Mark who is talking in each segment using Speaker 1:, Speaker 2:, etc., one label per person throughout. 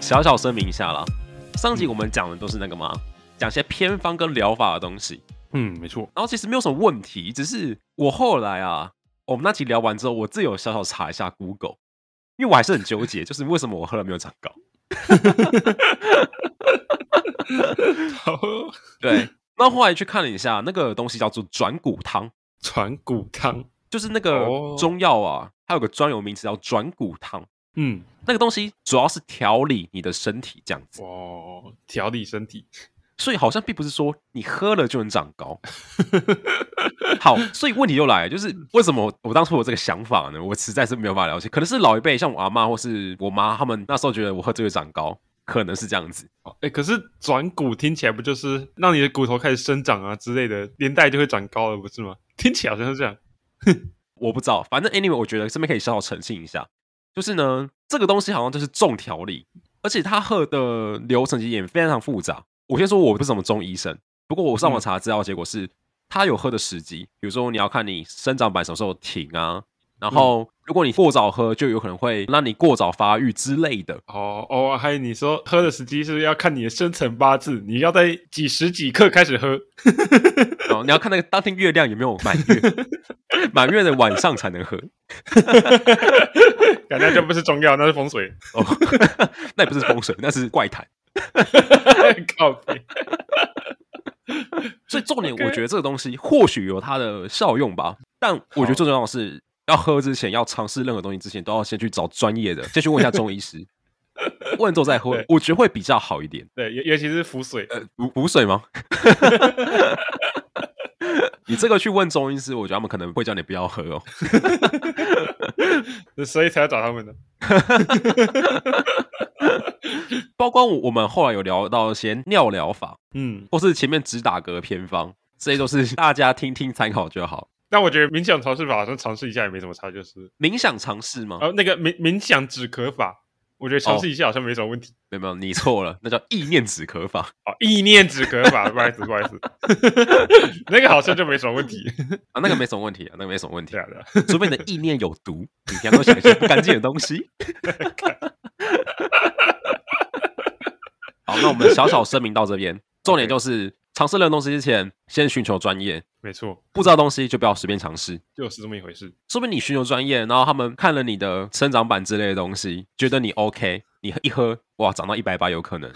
Speaker 1: 小小声明一下啦，上集我们讲的都是那个嘛，讲些偏方跟疗法的东西，
Speaker 2: 嗯，没错，
Speaker 1: 然后其实没有什么问题，只是我后来啊，我们那集聊完之后，我自己有小小查一下 Google，因为我还是很纠结，就是为什么我喝了没有长高。
Speaker 2: 好，
Speaker 1: 对，那后来去看了一下，那个东西叫做转骨汤，
Speaker 2: 传骨汤，
Speaker 1: 就是那个
Speaker 2: 哦
Speaker 1: 中药啊，它有个专有名词叫转骨汤。
Speaker 2: 嗯，
Speaker 1: 那个东西主要是调理你的身体这样子，
Speaker 2: 哦，调理身体，
Speaker 1: 所以好像并不是说你喝了就能长高。 好，所以问题又来了，就是为什么我我当初有这个想法呢？我实在是没有办法了解，可能是老一辈像我阿妈或是我妈他们那时候觉得我喝醉会长高，可能是这样子。
Speaker 2: 哎、诶可是转骨听起来不就是让你的骨头开始生长啊之类的，连带就会长高了，不是吗？听起来好像是这样，
Speaker 1: 我不知道，反正 anyway，我觉得这边可以小小澄清一下，就是呢，这个东西好像就是重调理，而且它喝的流程其实也非常复杂。我先说我不是什么中医生，不过我上网查资料，结果是它有喝的时机，比如说你要看你生长板什么时候停啊，然后如果你过早喝，就有可能会让你过早发育之类的。
Speaker 2: 哦哦，还有你说喝的时机是不是要看你的生辰八字？你要在几时几刻开始喝？
Speaker 1: 然后你要看那个当天月亮有没有满月，满月的晚上才能喝。
Speaker 2: 感觉就不是中药，那是风水。
Speaker 1: 哦，那也不是风水，那是怪谈。
Speaker 2: 靠北，
Speaker 1: 所以重点，
Speaker 2: OK
Speaker 1: 我觉得这个东西或许有它的效用吧，但我觉得最重要的是，要喝之前，要尝试任何东西之前，都要先去找专业的，先去问一下中医 师，问之后再喝
Speaker 2: 对，
Speaker 1: 我觉得会比较好一点。
Speaker 2: 对，尤尤其是浮水，
Speaker 1: 呃，补补水吗？ 你这个去问中医师，我觉得他们可能会叫你不要喝哦。
Speaker 2: 所以才要找他们的。
Speaker 1: 包括我我们后来有聊到一些尿疗法，
Speaker 2: 嗯，
Speaker 1: 或是前面直打嗝偏方，这些都是大家听听参考就好。
Speaker 2: 但我觉得冥想尝试法好像尝试一下也没什么差，就是
Speaker 1: 冥想尝试吗？
Speaker 2: 哦，那个冥冥想止咳法，我觉得尝试一下好像没什么问题。
Speaker 1: 没有没有，你错了，那叫意念止咳法。
Speaker 2: 哦，意念止咳法，不好意思， 不好意思，那个好像就没什么问题。
Speaker 1: 啊，那个没什么问题啊，那个没什么问题
Speaker 2: 对，啊，对啊，
Speaker 1: 除非你的意念有毒，你平常都想一些不干净的东西。好，那我们小小声明到这边，重点就是尝试任何东西之前，先寻求专业，
Speaker 2: 没错，
Speaker 1: 不知道东西就不要随便尝试。
Speaker 2: 就是这么一回事。
Speaker 1: 说不定你寻求专业，然后他们看了你的生长板之类的东西，觉得你 OK，你一喝，哇，长到一百八有可能。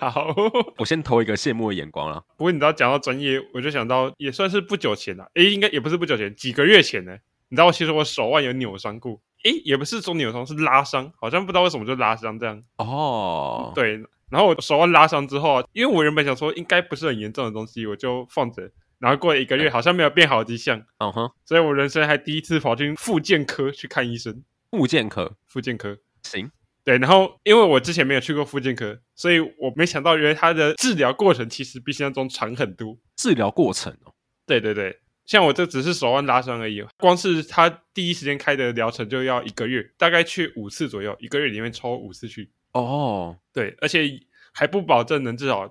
Speaker 2: 好，
Speaker 1: 我先投一个羡慕的眼光了。
Speaker 2: 不过你知道讲到专业，我就想到也算是不久前了、诶，应该也不是不久前，几个月前呢。你知道，其实我手腕有扭伤过，诶，也不是说扭伤，是拉伤，好像不知道为什么就拉伤这样。
Speaker 1: 哦，
Speaker 2: 对，然后我手腕拉伤之后啊，因为我原本想说应该不是很严重的东西，我就放着。然后过了一个月，好像没有变好的迹象，
Speaker 1: 嗯哼，
Speaker 2: 所以我人生还第一次跑去复健科去看医生。
Speaker 1: 物件可
Speaker 2: 复健科，
Speaker 1: 行，
Speaker 2: 对，然后因为我之前没有去过复健科，所以我没想到原来它的治疗过程其实比想象中长很多。
Speaker 1: 治疗过程哦，
Speaker 2: 对对对，像我这只是手腕拉伤而已，哦光是他第一时间开的疗程就要一个月，大概去五次左右，一个月里面抽五次去。
Speaker 1: 哦，
Speaker 2: 对，而且还不保证能治好，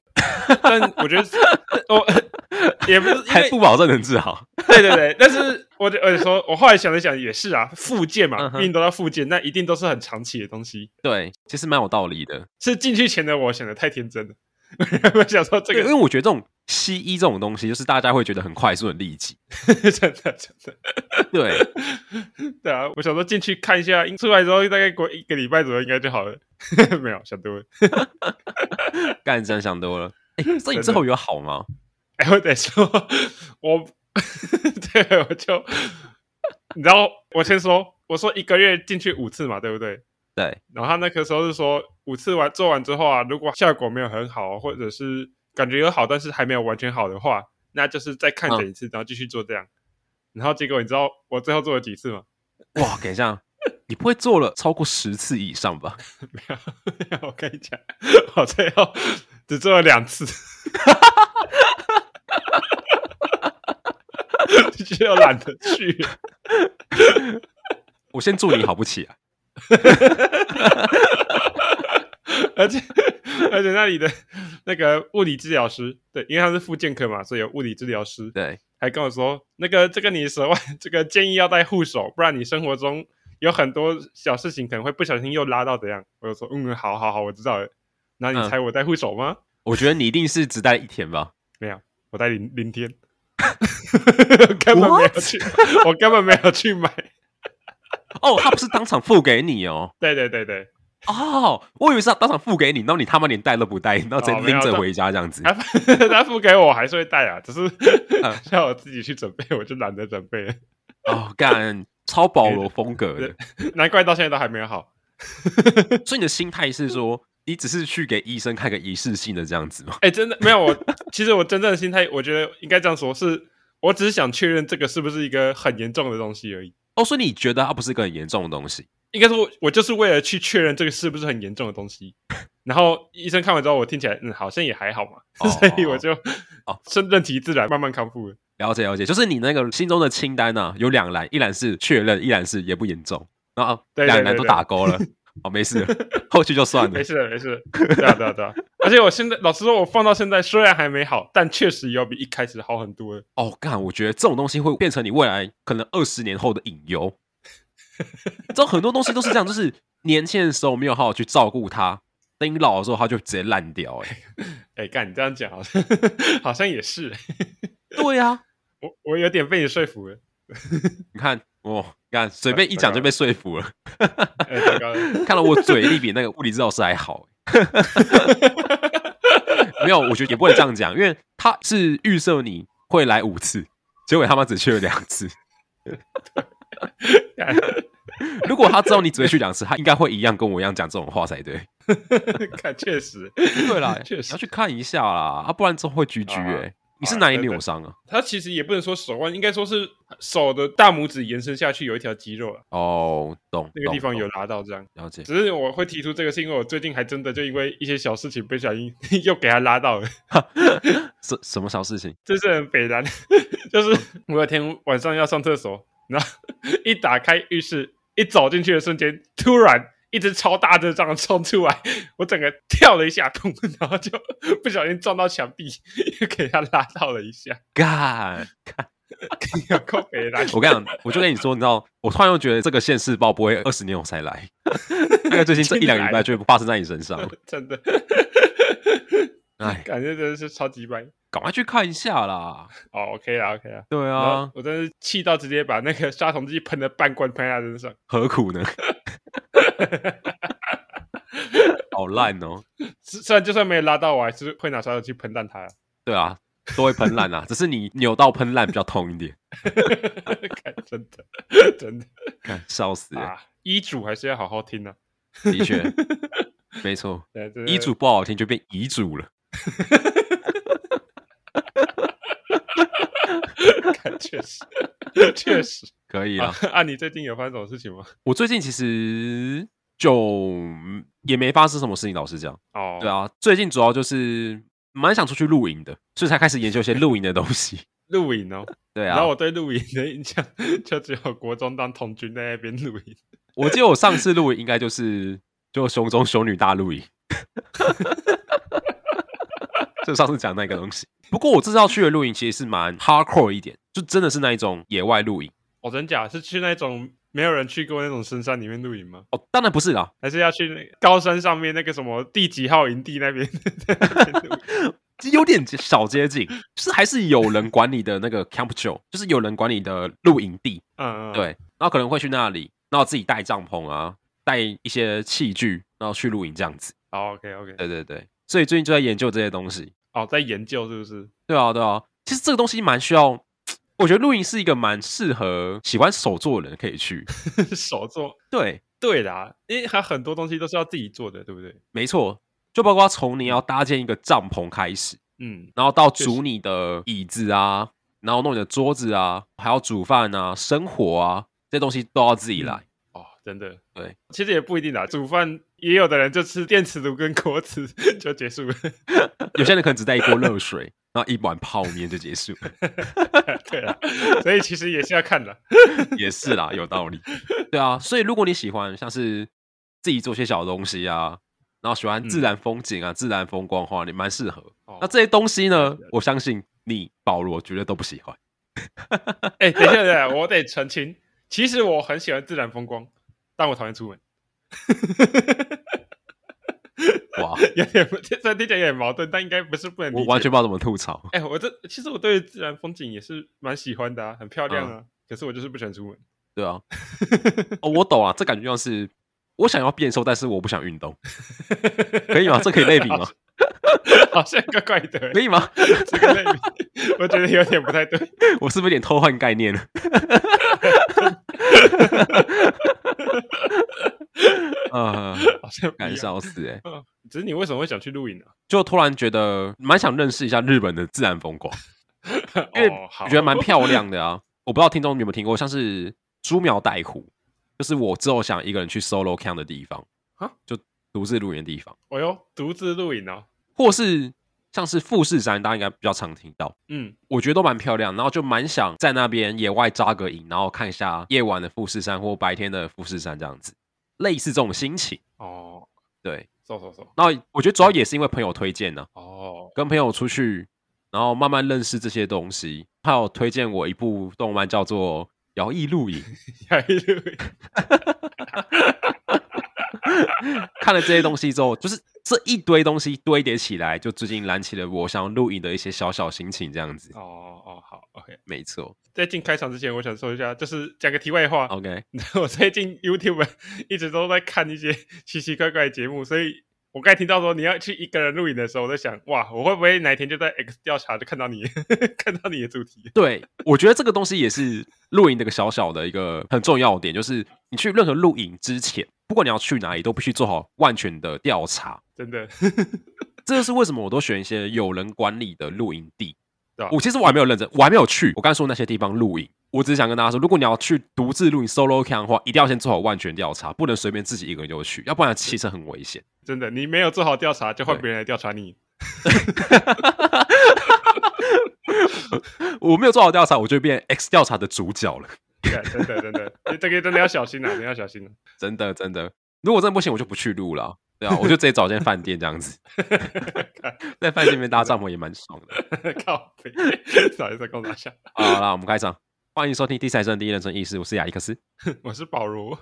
Speaker 2: 但我觉得我也不是因
Speaker 1: 还
Speaker 2: 为
Speaker 1: 不保证能治好。
Speaker 2: 对对对，但是我就我就说，我后来想了想也是啊，复健嘛
Speaker 1: 嗯，哼
Speaker 2: 病都要复健，那一定都是很长期的东西。
Speaker 1: 对，其实蛮有道理的。
Speaker 2: 是进去前的我想的太天真了， 我想说这
Speaker 1: 对，因
Speaker 2: 个
Speaker 1: 为我觉得这种西医这种东西，就是大家会觉得很快速、很立即。
Speaker 2: 真的真的
Speaker 1: 对，
Speaker 2: 对啊，我想说进去看一下，出来之后大概过一个礼拜左右应该就好了， 没有想多了。
Speaker 1: 干真的想多了。哎、所以你
Speaker 2: 真
Speaker 1: 之
Speaker 2: 的
Speaker 1: 后有好吗？
Speaker 2: 哎，我得说，我 对我就，你知道，我先说，我说一个月进去五次嘛，对不对？
Speaker 1: 对，
Speaker 2: 然后他那个时候是说五次完做完之后啊，如果效果没有很好，或者是感觉有好，但是还没有完全好的话，那就是再看诊一次，然后继续做这样。然后结果你知道我最后做了几次吗？
Speaker 1: 哇，等一下，你不会做了超过十次以上吧？
Speaker 2: 没有， 没有我跟你讲，我最后只做了两次， 就又懒得去了。
Speaker 1: 我先祝你好不 起来。啊
Speaker 2: 而且而且那里的那个物理治疗师，对，因为他是复健科嘛，所以有物理治疗师
Speaker 1: 对，
Speaker 2: 还跟我说，那个这个你手腕这个建议要戴护手，不然你生活中有很多小事情可能会不小心又拉到怎样。我就说，嗯，好好好，我知道了。那你
Speaker 1: 嗯
Speaker 2: 猜我戴护手吗？
Speaker 1: 我觉得你一定是只待一天吧？
Speaker 2: 没有，我戴零 零天，根本没有
Speaker 1: What？
Speaker 2: 去，我根本没有去买。
Speaker 1: 哦，他不是当场付给你哦。
Speaker 2: 对对对对，
Speaker 1: 哦，我以为是他当场付给你，然后你他妈连带都不带，然后直接
Speaker 2: 哦没有
Speaker 1: 拎着
Speaker 2: 这
Speaker 1: 回家这样子。
Speaker 2: 他他付给我，我还是会戴啊，只是
Speaker 1: 嗯
Speaker 2: 叫我自己去准备，我就懒得准备了。
Speaker 1: 哦，干，超保罗风格的。
Speaker 2: 难怪到现在都还没有好。
Speaker 1: 所以你的心态是说，你只是去给医生看个仪式性的这样子吗？
Speaker 2: 哎、真的没有我，其实我真正的心态，我觉得应该这样说，是我只是想确认这个是不是一个很严重的东西而已。
Speaker 1: 哦，所以你觉得它不是个很严重的东西？
Speaker 2: 应该说我，我就是为了去确认这个是不是很严重的东西。然后医生看完之后，我听起来嗯，好像也还好嘛，
Speaker 1: 哦
Speaker 2: 所以我就
Speaker 1: 哦
Speaker 2: 顺任其自然，慢慢康复了。
Speaker 1: 了解了解，就是你那个心中的清单呢、啊，有两栏，一栏是确认，一栏是也不严重，然后啊
Speaker 2: 对对
Speaker 1: 两栏
Speaker 2: 对
Speaker 1: 都
Speaker 2: 对
Speaker 1: 打勾了，哦，没事了，后续就算了
Speaker 2: 没。事的，没事的，对啊，对啊，对啊。而且我现在老实说，我放到现在虽然还没好，但确实有比一开始好很多了。
Speaker 1: 哦，干，我觉得这种东西会变成你未来可能二十年后的隐忧。这种很多东西都是这样，就是年轻的时候没有好好去照顾它，等你老的时候它就直接烂掉、欸。 哎，
Speaker 2: 哎，干，你这样讲好像 好像也是，
Speaker 1: 对呀、啊，
Speaker 2: 我我有点被你说服了。
Speaker 1: 你看，哦，干，随 便一讲就被说服了。
Speaker 2: 哎，糟糕了
Speaker 1: 看来我嘴力比那个物理治疗师还好、欸。 没有，我觉得也不能这样讲，因为他是预设你会来五次，结果他妈只去了两次。
Speaker 2: 干
Speaker 1: 如果他知道你只会去两次，他应该会一样跟我一样讲这种话才对。
Speaker 2: 看，确实，
Speaker 1: 对啦，
Speaker 2: 确
Speaker 1: 你要
Speaker 2: 实，
Speaker 1: 去看一下啦，啊，不然真会居居
Speaker 2: 啊
Speaker 1: 哎。你是
Speaker 2: 啊
Speaker 1: 哪里
Speaker 2: 对对
Speaker 1: 扭伤啊？
Speaker 2: 他其实也不能说手腕，应该说是手的大拇指延伸下去有一条肌肉了，
Speaker 1: 哦，懂，
Speaker 2: 那个
Speaker 1: 懂
Speaker 2: 地方有
Speaker 1: 懂
Speaker 2: 拉到这样。
Speaker 1: 了解。
Speaker 2: 只是我会提出这个，是因为我最近还真的就因为一些小事情不小心 又给他拉到了，
Speaker 1: 什什么小事情？
Speaker 2: 这是很北然。就是我有天晚上要上厕所，然后一打开浴室，一走进去的瞬间，突然。一只超大只蟑螂冲出来，我整个跳了一下，砰，然后就不小心撞到墙壁，又给他拉到了一下，
Speaker 1: 干，
Speaker 2: 有够北蓝。
Speaker 1: 我跟你讲，我就跟你说，你知道，我突然又觉得这个现世报不会二十年后才来，大概最近这一两个礼拜就会发生在你身上。
Speaker 2: 真的，
Speaker 1: 哎，
Speaker 2: 感觉真的是超级白。
Speaker 1: 赶快去看一下啦。
Speaker 2: 哦，OK 啦，OK 啦。
Speaker 1: 对
Speaker 2: 然后
Speaker 1: 啊，
Speaker 2: 我真是气到直接把那个杀虫剂喷了半罐喷在他身上。
Speaker 1: 何苦呢？ 好烂哦。
Speaker 2: 虽然就算没有拉到，我还是会拿杀虫剂喷烂他。
Speaker 1: 对啊，都会喷烂啊，只是你扭到喷烂比较痛一点。
Speaker 2: 看，真的，真的
Speaker 1: 看，笑死了。
Speaker 2: 啊！医嘱还是要好好听啊。
Speaker 1: 的 确，没错，
Speaker 2: 对
Speaker 1: 遗嘱，不好听就变遗嘱了。
Speaker 2: 看，确实，确 实。
Speaker 1: 可以
Speaker 2: 啊
Speaker 1: 啊，，
Speaker 2: 啊，你最近有发生什么事情吗？
Speaker 1: 我最近其实就嗯也没发生什么事情，老实讲。
Speaker 2: 哦，
Speaker 1: 对，啊，最近主要就是蛮想出去露营的，所以才开始研究一些露营的东西。
Speaker 2: 露营哦。
Speaker 1: 对
Speaker 2: 然
Speaker 1: 啊
Speaker 2: 后，我对露营的印象就只有国中当童军在那边露营。
Speaker 1: 我记得我上次露营应该就是就熊中熊女大露营， 就上次讲那个东西。不过我这次要去的露营其实是蛮 hardcore 一点，就真的是那一种野外露营
Speaker 2: 哦，真假？是去那种没有人去过那种深山里面露营吗？
Speaker 1: 哦，当然不是啦，
Speaker 2: 还是要去那个高山上面那个什么第几号营地那边？
Speaker 1: 有点小接近，就是还是有人管理的那个 camp joe，就是有人管理的露营地，
Speaker 2: 嗯，嗯，
Speaker 1: 对，然后可能会去那里，然后自己带帐篷啊，带一些器具，然后去露营这样子。
Speaker 2: 好，OK，OK，、
Speaker 1: 对对对，所以最近就在研究这些东西。
Speaker 2: 哦，在研究是不是？
Speaker 1: 对啊，对啊，其实这个东西蛮需要，我觉得露营是一个蛮适合喜欢手作的人可以去。
Speaker 2: 手做，
Speaker 1: 对，
Speaker 2: 对啦，因为它很多东西都是要自己做的，对不对？
Speaker 1: 没错，就包括从你要搭建一个帐篷开始，
Speaker 2: 嗯，
Speaker 1: 然后到
Speaker 2: 确实
Speaker 1: 煮你的椅子啊，然后弄你的桌子啊，还要煮饭啊、生火啊，这些东西都要自己来。
Speaker 2: 哦，真的，
Speaker 1: 对，
Speaker 2: 其实也不一定啦，煮饭也有的人就吃电磁炉跟锅子就结束了， 嗯
Speaker 1: 有些人可能只带一锅热水，然后一碗泡面就结束了。
Speaker 2: 对啦，所以其实也是要看的，
Speaker 1: 也是啦，有道理。对啊，所以如果你喜欢像是自己做些小东西啊，然后喜欢自然风景啊、自然风光的话，你蛮适合。
Speaker 2: 嗯哦
Speaker 1: 那这些东西呢
Speaker 2: 了解，
Speaker 1: 我相信你保罗绝对都不喜欢。
Speaker 2: 哎、等一下，等一下，我得澄清，其实我很喜欢自然风光，但我讨厌出门。
Speaker 1: 哇，
Speaker 2: 有点虽然听起来有点矛盾，但应该不是不能理
Speaker 1: 我
Speaker 2: 解。
Speaker 1: 完全不知道怎么吐槽。
Speaker 2: 哎、我这其实我对自然风景也是蛮喜欢的啊，很漂亮啊。
Speaker 1: 嗯
Speaker 2: 可是我就是不喜欢出 门。
Speaker 1: 对啊，哦，我懂啊，这感觉就像是我想要变瘦，但是我不想运动，可以吗？这可以类比吗？
Speaker 2: 好像怪怪的、
Speaker 1: 可以吗？
Speaker 2: 这个类比，我觉得有点不太对。
Speaker 1: 我是不是有点偷换概念 了？ 啊、
Speaker 2: 好像不一
Speaker 1: 感
Speaker 2: 样。
Speaker 1: 笑死哎、欸！
Speaker 2: 嗯只是你为什么会想去露营呢、啊
Speaker 1: 就突然觉得蛮想认识一下日本的自然风光，
Speaker 2: 啊？
Speaker 1: 因为
Speaker 2: 哦，好，
Speaker 1: 我觉得蛮漂亮的啊。 我不知道听众有没有听过，像是猪苗代湖，就是我之后想一个人去 solo camp 的地方
Speaker 2: 啊，
Speaker 1: 就独自露营的地方，
Speaker 2: 我哦哟，独自露营哦。
Speaker 1: 或是像是富士山，大家应该比较常听到。
Speaker 2: 嗯，
Speaker 1: 我觉得都蛮漂亮，然后就蛮想在那边野外扎个营，然后看一下夜晚的富士山或白天的富士山这样子，类似这种心情。
Speaker 2: 哦，
Speaker 1: 对，
Speaker 2: 走走走，
Speaker 1: 然后我觉得主要也是因为朋友推荐呢、啊
Speaker 2: 哦，
Speaker 1: 跟朋友出去，然后慢慢认识这些东西。他有推荐我一部动漫叫做《摇曳露营》，
Speaker 2: 要去露营。
Speaker 1: 看了这些东西之后，就是这一堆东西堆叠起来，就最近燃起了我想要露营的一些小小心情，这样子。
Speaker 2: 哦哦，好，OK。
Speaker 1: 没错
Speaker 2: 在进开场之前，我想说一下，就是讲个题外话。
Speaker 1: ，OK，
Speaker 2: 我最近 YouTube 一直都在看一些奇奇怪怪的节目，所以我刚才听到说你要去一个人露营的时候，我在想，哇，我会不会哪一天就在 X 调查就看到你， 看到你的主题？
Speaker 1: 对，我觉得这个东西也是露营的一个小小的一个很重要的点，就是你去任何露营之前，不管你要去哪里，都必须做好万全的调查。
Speaker 2: 真的，
Speaker 1: 这就是为什么我都选一些有人管理的露营地。
Speaker 2: 对啊
Speaker 1: 我其实我还没有认真，我还没有去我刚才说那些地方露营。我只是想跟大家说，如果你要去独自露营 solo camp 的话，一定要先做好万全调查，不能随便自己一个人就去，要不然其实很危险。
Speaker 2: 真的，你没有做好调查，就换别人来调查你。
Speaker 1: 我没有做好调查，我就变 X 调查的主角了。
Speaker 2: 对啊真的，真的，你这个真的要小心啊，你要小心啊。
Speaker 1: 真的真的，如果真的不行，我就不去录了。对啊，我就直接找间饭店这样 子，在饭店里面搭帐篷也蛮爽的。
Speaker 2: 靠背，少一在跟我打下。
Speaker 1: 好啦，我们开场，欢迎收听《第三声第一人称意识》，我是亚历克斯。
Speaker 2: 我是保罗。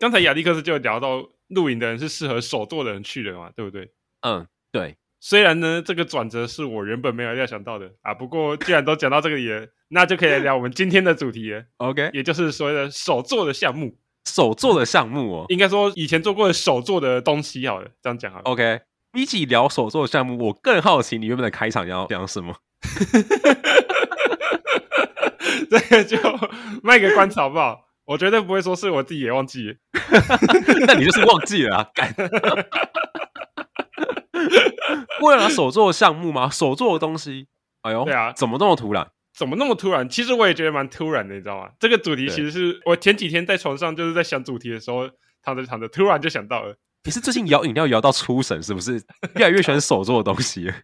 Speaker 2: 刚才亚历克斯就有聊到露营的人是适合手做的人去的嘛，对不对？
Speaker 1: 嗯，对，
Speaker 2: 虽然呢，这个转折是我原本没有料想到的啊，不过既然都讲到这个里了，那就可以来聊我们今天的主题了，
Speaker 1: OK，
Speaker 2: 也就是所谓的手做的项目，
Speaker 1: 手做的项目哦。
Speaker 2: 应该说以前做过的手做的东西好了，这样讲好了。
Speaker 1: OK，比起聊手做的项目，我更好奇你原本的开场要讲什么。
Speaker 2: 这个就卖个关子好不好？我绝对不会说是我自己也忘记了，
Speaker 1: 那你就是忘记了啊！ 干，为了手做的项目吗？手做的东西，哎呦，
Speaker 2: 对啊
Speaker 1: 怎么这么突然？
Speaker 2: 怎么那么突然？其实我也觉得蛮突然的，你知道吗？这个主题
Speaker 1: 对
Speaker 2: 其实是我前几天在床上就是在想主题的时候，躺着躺着突然就想到了。
Speaker 1: 你是最近摇饮料摇到出神是不是？ 越来越喜欢手做的东 西了，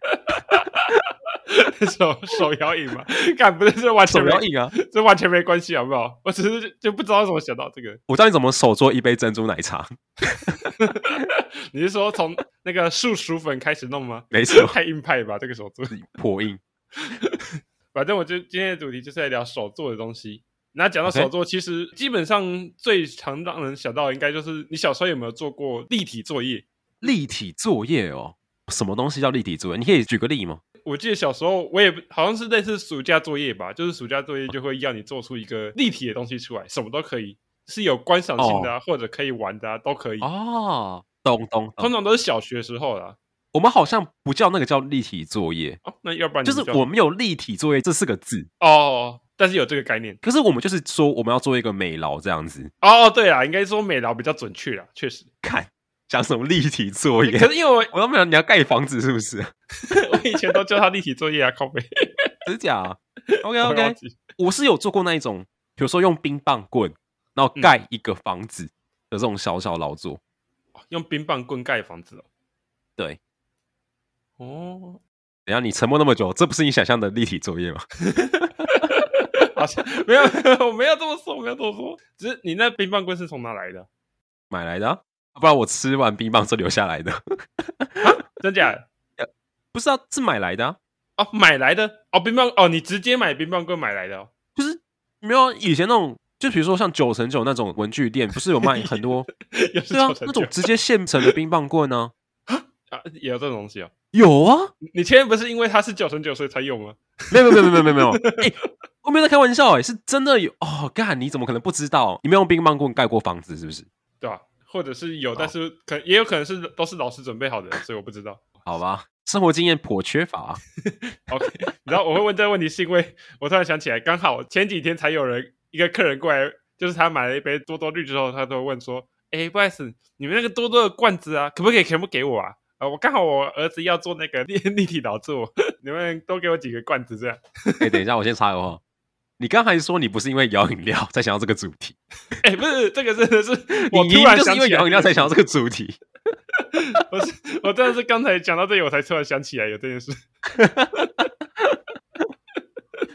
Speaker 2: 手手摇饮嘛，干不是这完全
Speaker 1: 手
Speaker 2: 没
Speaker 1: 摇，饮啊！
Speaker 2: 这完全没关系，好不好？我只是就就不知道怎么想到这个。
Speaker 1: 我教你怎么手做一杯珍珠奶茶，
Speaker 2: 你是说从那个树薯粉开始弄吗？，
Speaker 1: 没错
Speaker 2: 太硬派吧，这个手作。
Speaker 1: 破音。
Speaker 2: 反正我就今天的主题就是来聊手做的东西。那讲到
Speaker 1: OK
Speaker 2: 手作其实基本上最常让人想到的，应该就是你小时候有没有做过立体作业？
Speaker 1: 立体作业哦，什么东西叫立体作业？你可以举个例吗？
Speaker 2: 我记得小时候我也不好像是类似暑假作业吧，就是暑假作业就会要你做出一个立体的东西出来，什么都可以，是有观赏性的啊，或者可以玩的啊，都可以。
Speaker 1: 哦，懂懂
Speaker 2: 通
Speaker 1: 懂。
Speaker 2: 常都是小学时候啦。
Speaker 1: 我们好像不叫那个叫立体作业，
Speaker 2: 哦，那要不然你
Speaker 1: 就
Speaker 2: 们
Speaker 1: 是
Speaker 2: 叫
Speaker 1: 我们有立体作业这四个字，
Speaker 2: 哦，但是有这个概念。
Speaker 1: 可是我们就是说我们要做一个美劳这样子，
Speaker 2: 哦，对啦，应该说美劳比较准确啦，确实。
Speaker 1: 看讲什么立体作业
Speaker 2: 可？是因为我
Speaker 1: 我都没有，你要盖房子是不是？
Speaker 2: 我以前都叫它立体作业啊， 靠背。
Speaker 1: 真假啊？OK
Speaker 2: 我 会
Speaker 1: OK，
Speaker 2: 忘记
Speaker 1: 我是有做过那一种，比如说用冰棒棍，然后
Speaker 2: 嗯
Speaker 1: 盖一个房子的这种小小劳作。
Speaker 2: 哦用冰棒棍盖房子哦。
Speaker 1: 对，
Speaker 2: 哦，
Speaker 1: 等一下你沉默那么久，这不是你想象的立体作业吗？
Speaker 2: 好像没有， 没有我没有这么说，我没有这么说。只是你那冰棒棍是从哪来的？
Speaker 1: 买来的啊、不然我吃完冰棒是留下来的。
Speaker 2: 真假的？
Speaker 1: 不是啊，是买来的、啊，
Speaker 2: 哦，买来的哦，冰棒哦，你直接买冰棒棍买来的哦。
Speaker 1: 就是没有啊以前那种。就比如说像九成九那种文具店，不是有卖很多
Speaker 2: 又是
Speaker 1: 对啊
Speaker 2: 九成
Speaker 1: 那
Speaker 2: 九
Speaker 1: 种直接现成的冰棒棍呢、
Speaker 2: 啊，也 有这种东西哦。
Speaker 1: 有啊，
Speaker 2: 你你前面不是因为它是九成九所以才有吗？
Speaker 1: 没有没有没有没有没 有，哎、我没有在开玩笑哎、是真的有哦。干，你怎么可能不知道？你没有用冰棒棍盖过房子是不是？
Speaker 2: 对吧、或者是有，
Speaker 1: 好
Speaker 2: 但是可也有可能是都是老师准备好的，所以我不知道。
Speaker 1: 好吧，生活经验颇缺乏、啊。
Speaker 2: OK，然后我会问这个问题，是因为我突然想起来，刚好前几天才有人一个客人过来，就是他买了一杯多多绿之后，他都会问说：“哎，不好意思，你们那个多多的罐子啊，可不可以全部给我啊？啊、我刚好我儿子要做那个立 立体劳作，你们多给我几个罐子这样。
Speaker 1: 哎、等一下，我先插个话。你刚才说你不是因为摇饮料才想要这个主题，”
Speaker 2: 哎，不是，这个真的是我
Speaker 1: 你明
Speaker 2: 突
Speaker 1: 明就
Speaker 2: 然
Speaker 1: 是
Speaker 2: 想
Speaker 1: 因为
Speaker 2: 起来
Speaker 1: 摇饮料才想要这个主题。
Speaker 2: 我是我真的是刚才讲到这里，我才突然想起来有这件事。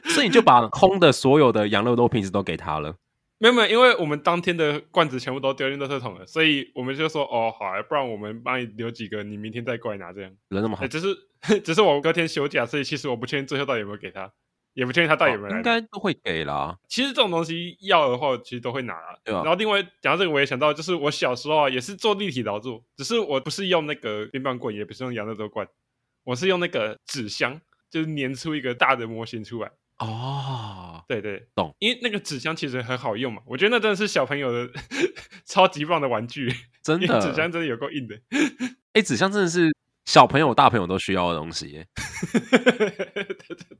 Speaker 1: 所以你就把空的所有的羊肉都瓶子都给他了。
Speaker 2: 没有没有，因为我们当天的罐子全部都丢进垃圾桶了，所以我们就说哦好、啊，不然我们帮你留几个，你明天再过来拿这样。
Speaker 1: 人那么好
Speaker 2: 哎、，只是 只是我隔天休假，所以其实我不确定最后到底有没有给他，也不确定他到底有没有来拿。
Speaker 1: 哦应该都会给啦。
Speaker 2: 其实这种东西要的话，其实都会拿啦。
Speaker 1: 对啊
Speaker 2: 然后另外讲到这个，我也想到，就是我小时候啊，也是做立体劳作，只是我不是用那个冰棒棍，也不是用羊肉豆罐，我是用那个纸箱，就是粘出一个大的模型出来。
Speaker 1: 哦，
Speaker 2: 对对，
Speaker 1: 懂。
Speaker 2: 因为那个纸箱其实很好用嘛，我觉得那真的是小朋友的 超级棒的玩具，
Speaker 1: 真
Speaker 2: 因为
Speaker 1: 的，
Speaker 2: 纸箱真的有够硬的。
Speaker 1: 哎、纸箱真的是小朋友、大朋友都需要的东西耶。欸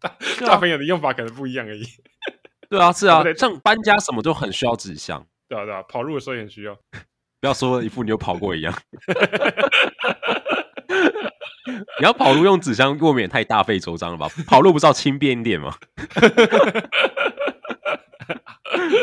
Speaker 2: 大
Speaker 1: 对啊
Speaker 2: 大朋友的用法可能不一样而已，
Speaker 1: 对啊，是啊
Speaker 2: 对，
Speaker 1: 像搬家什么就很需要纸箱，
Speaker 2: 对啊吧、对吧、跑路的时候也很需要。
Speaker 1: 不要说一副你有跑过一样。 你要跑路用纸箱，未免也太大费周章了吧？跑路不是要轻便一点吗？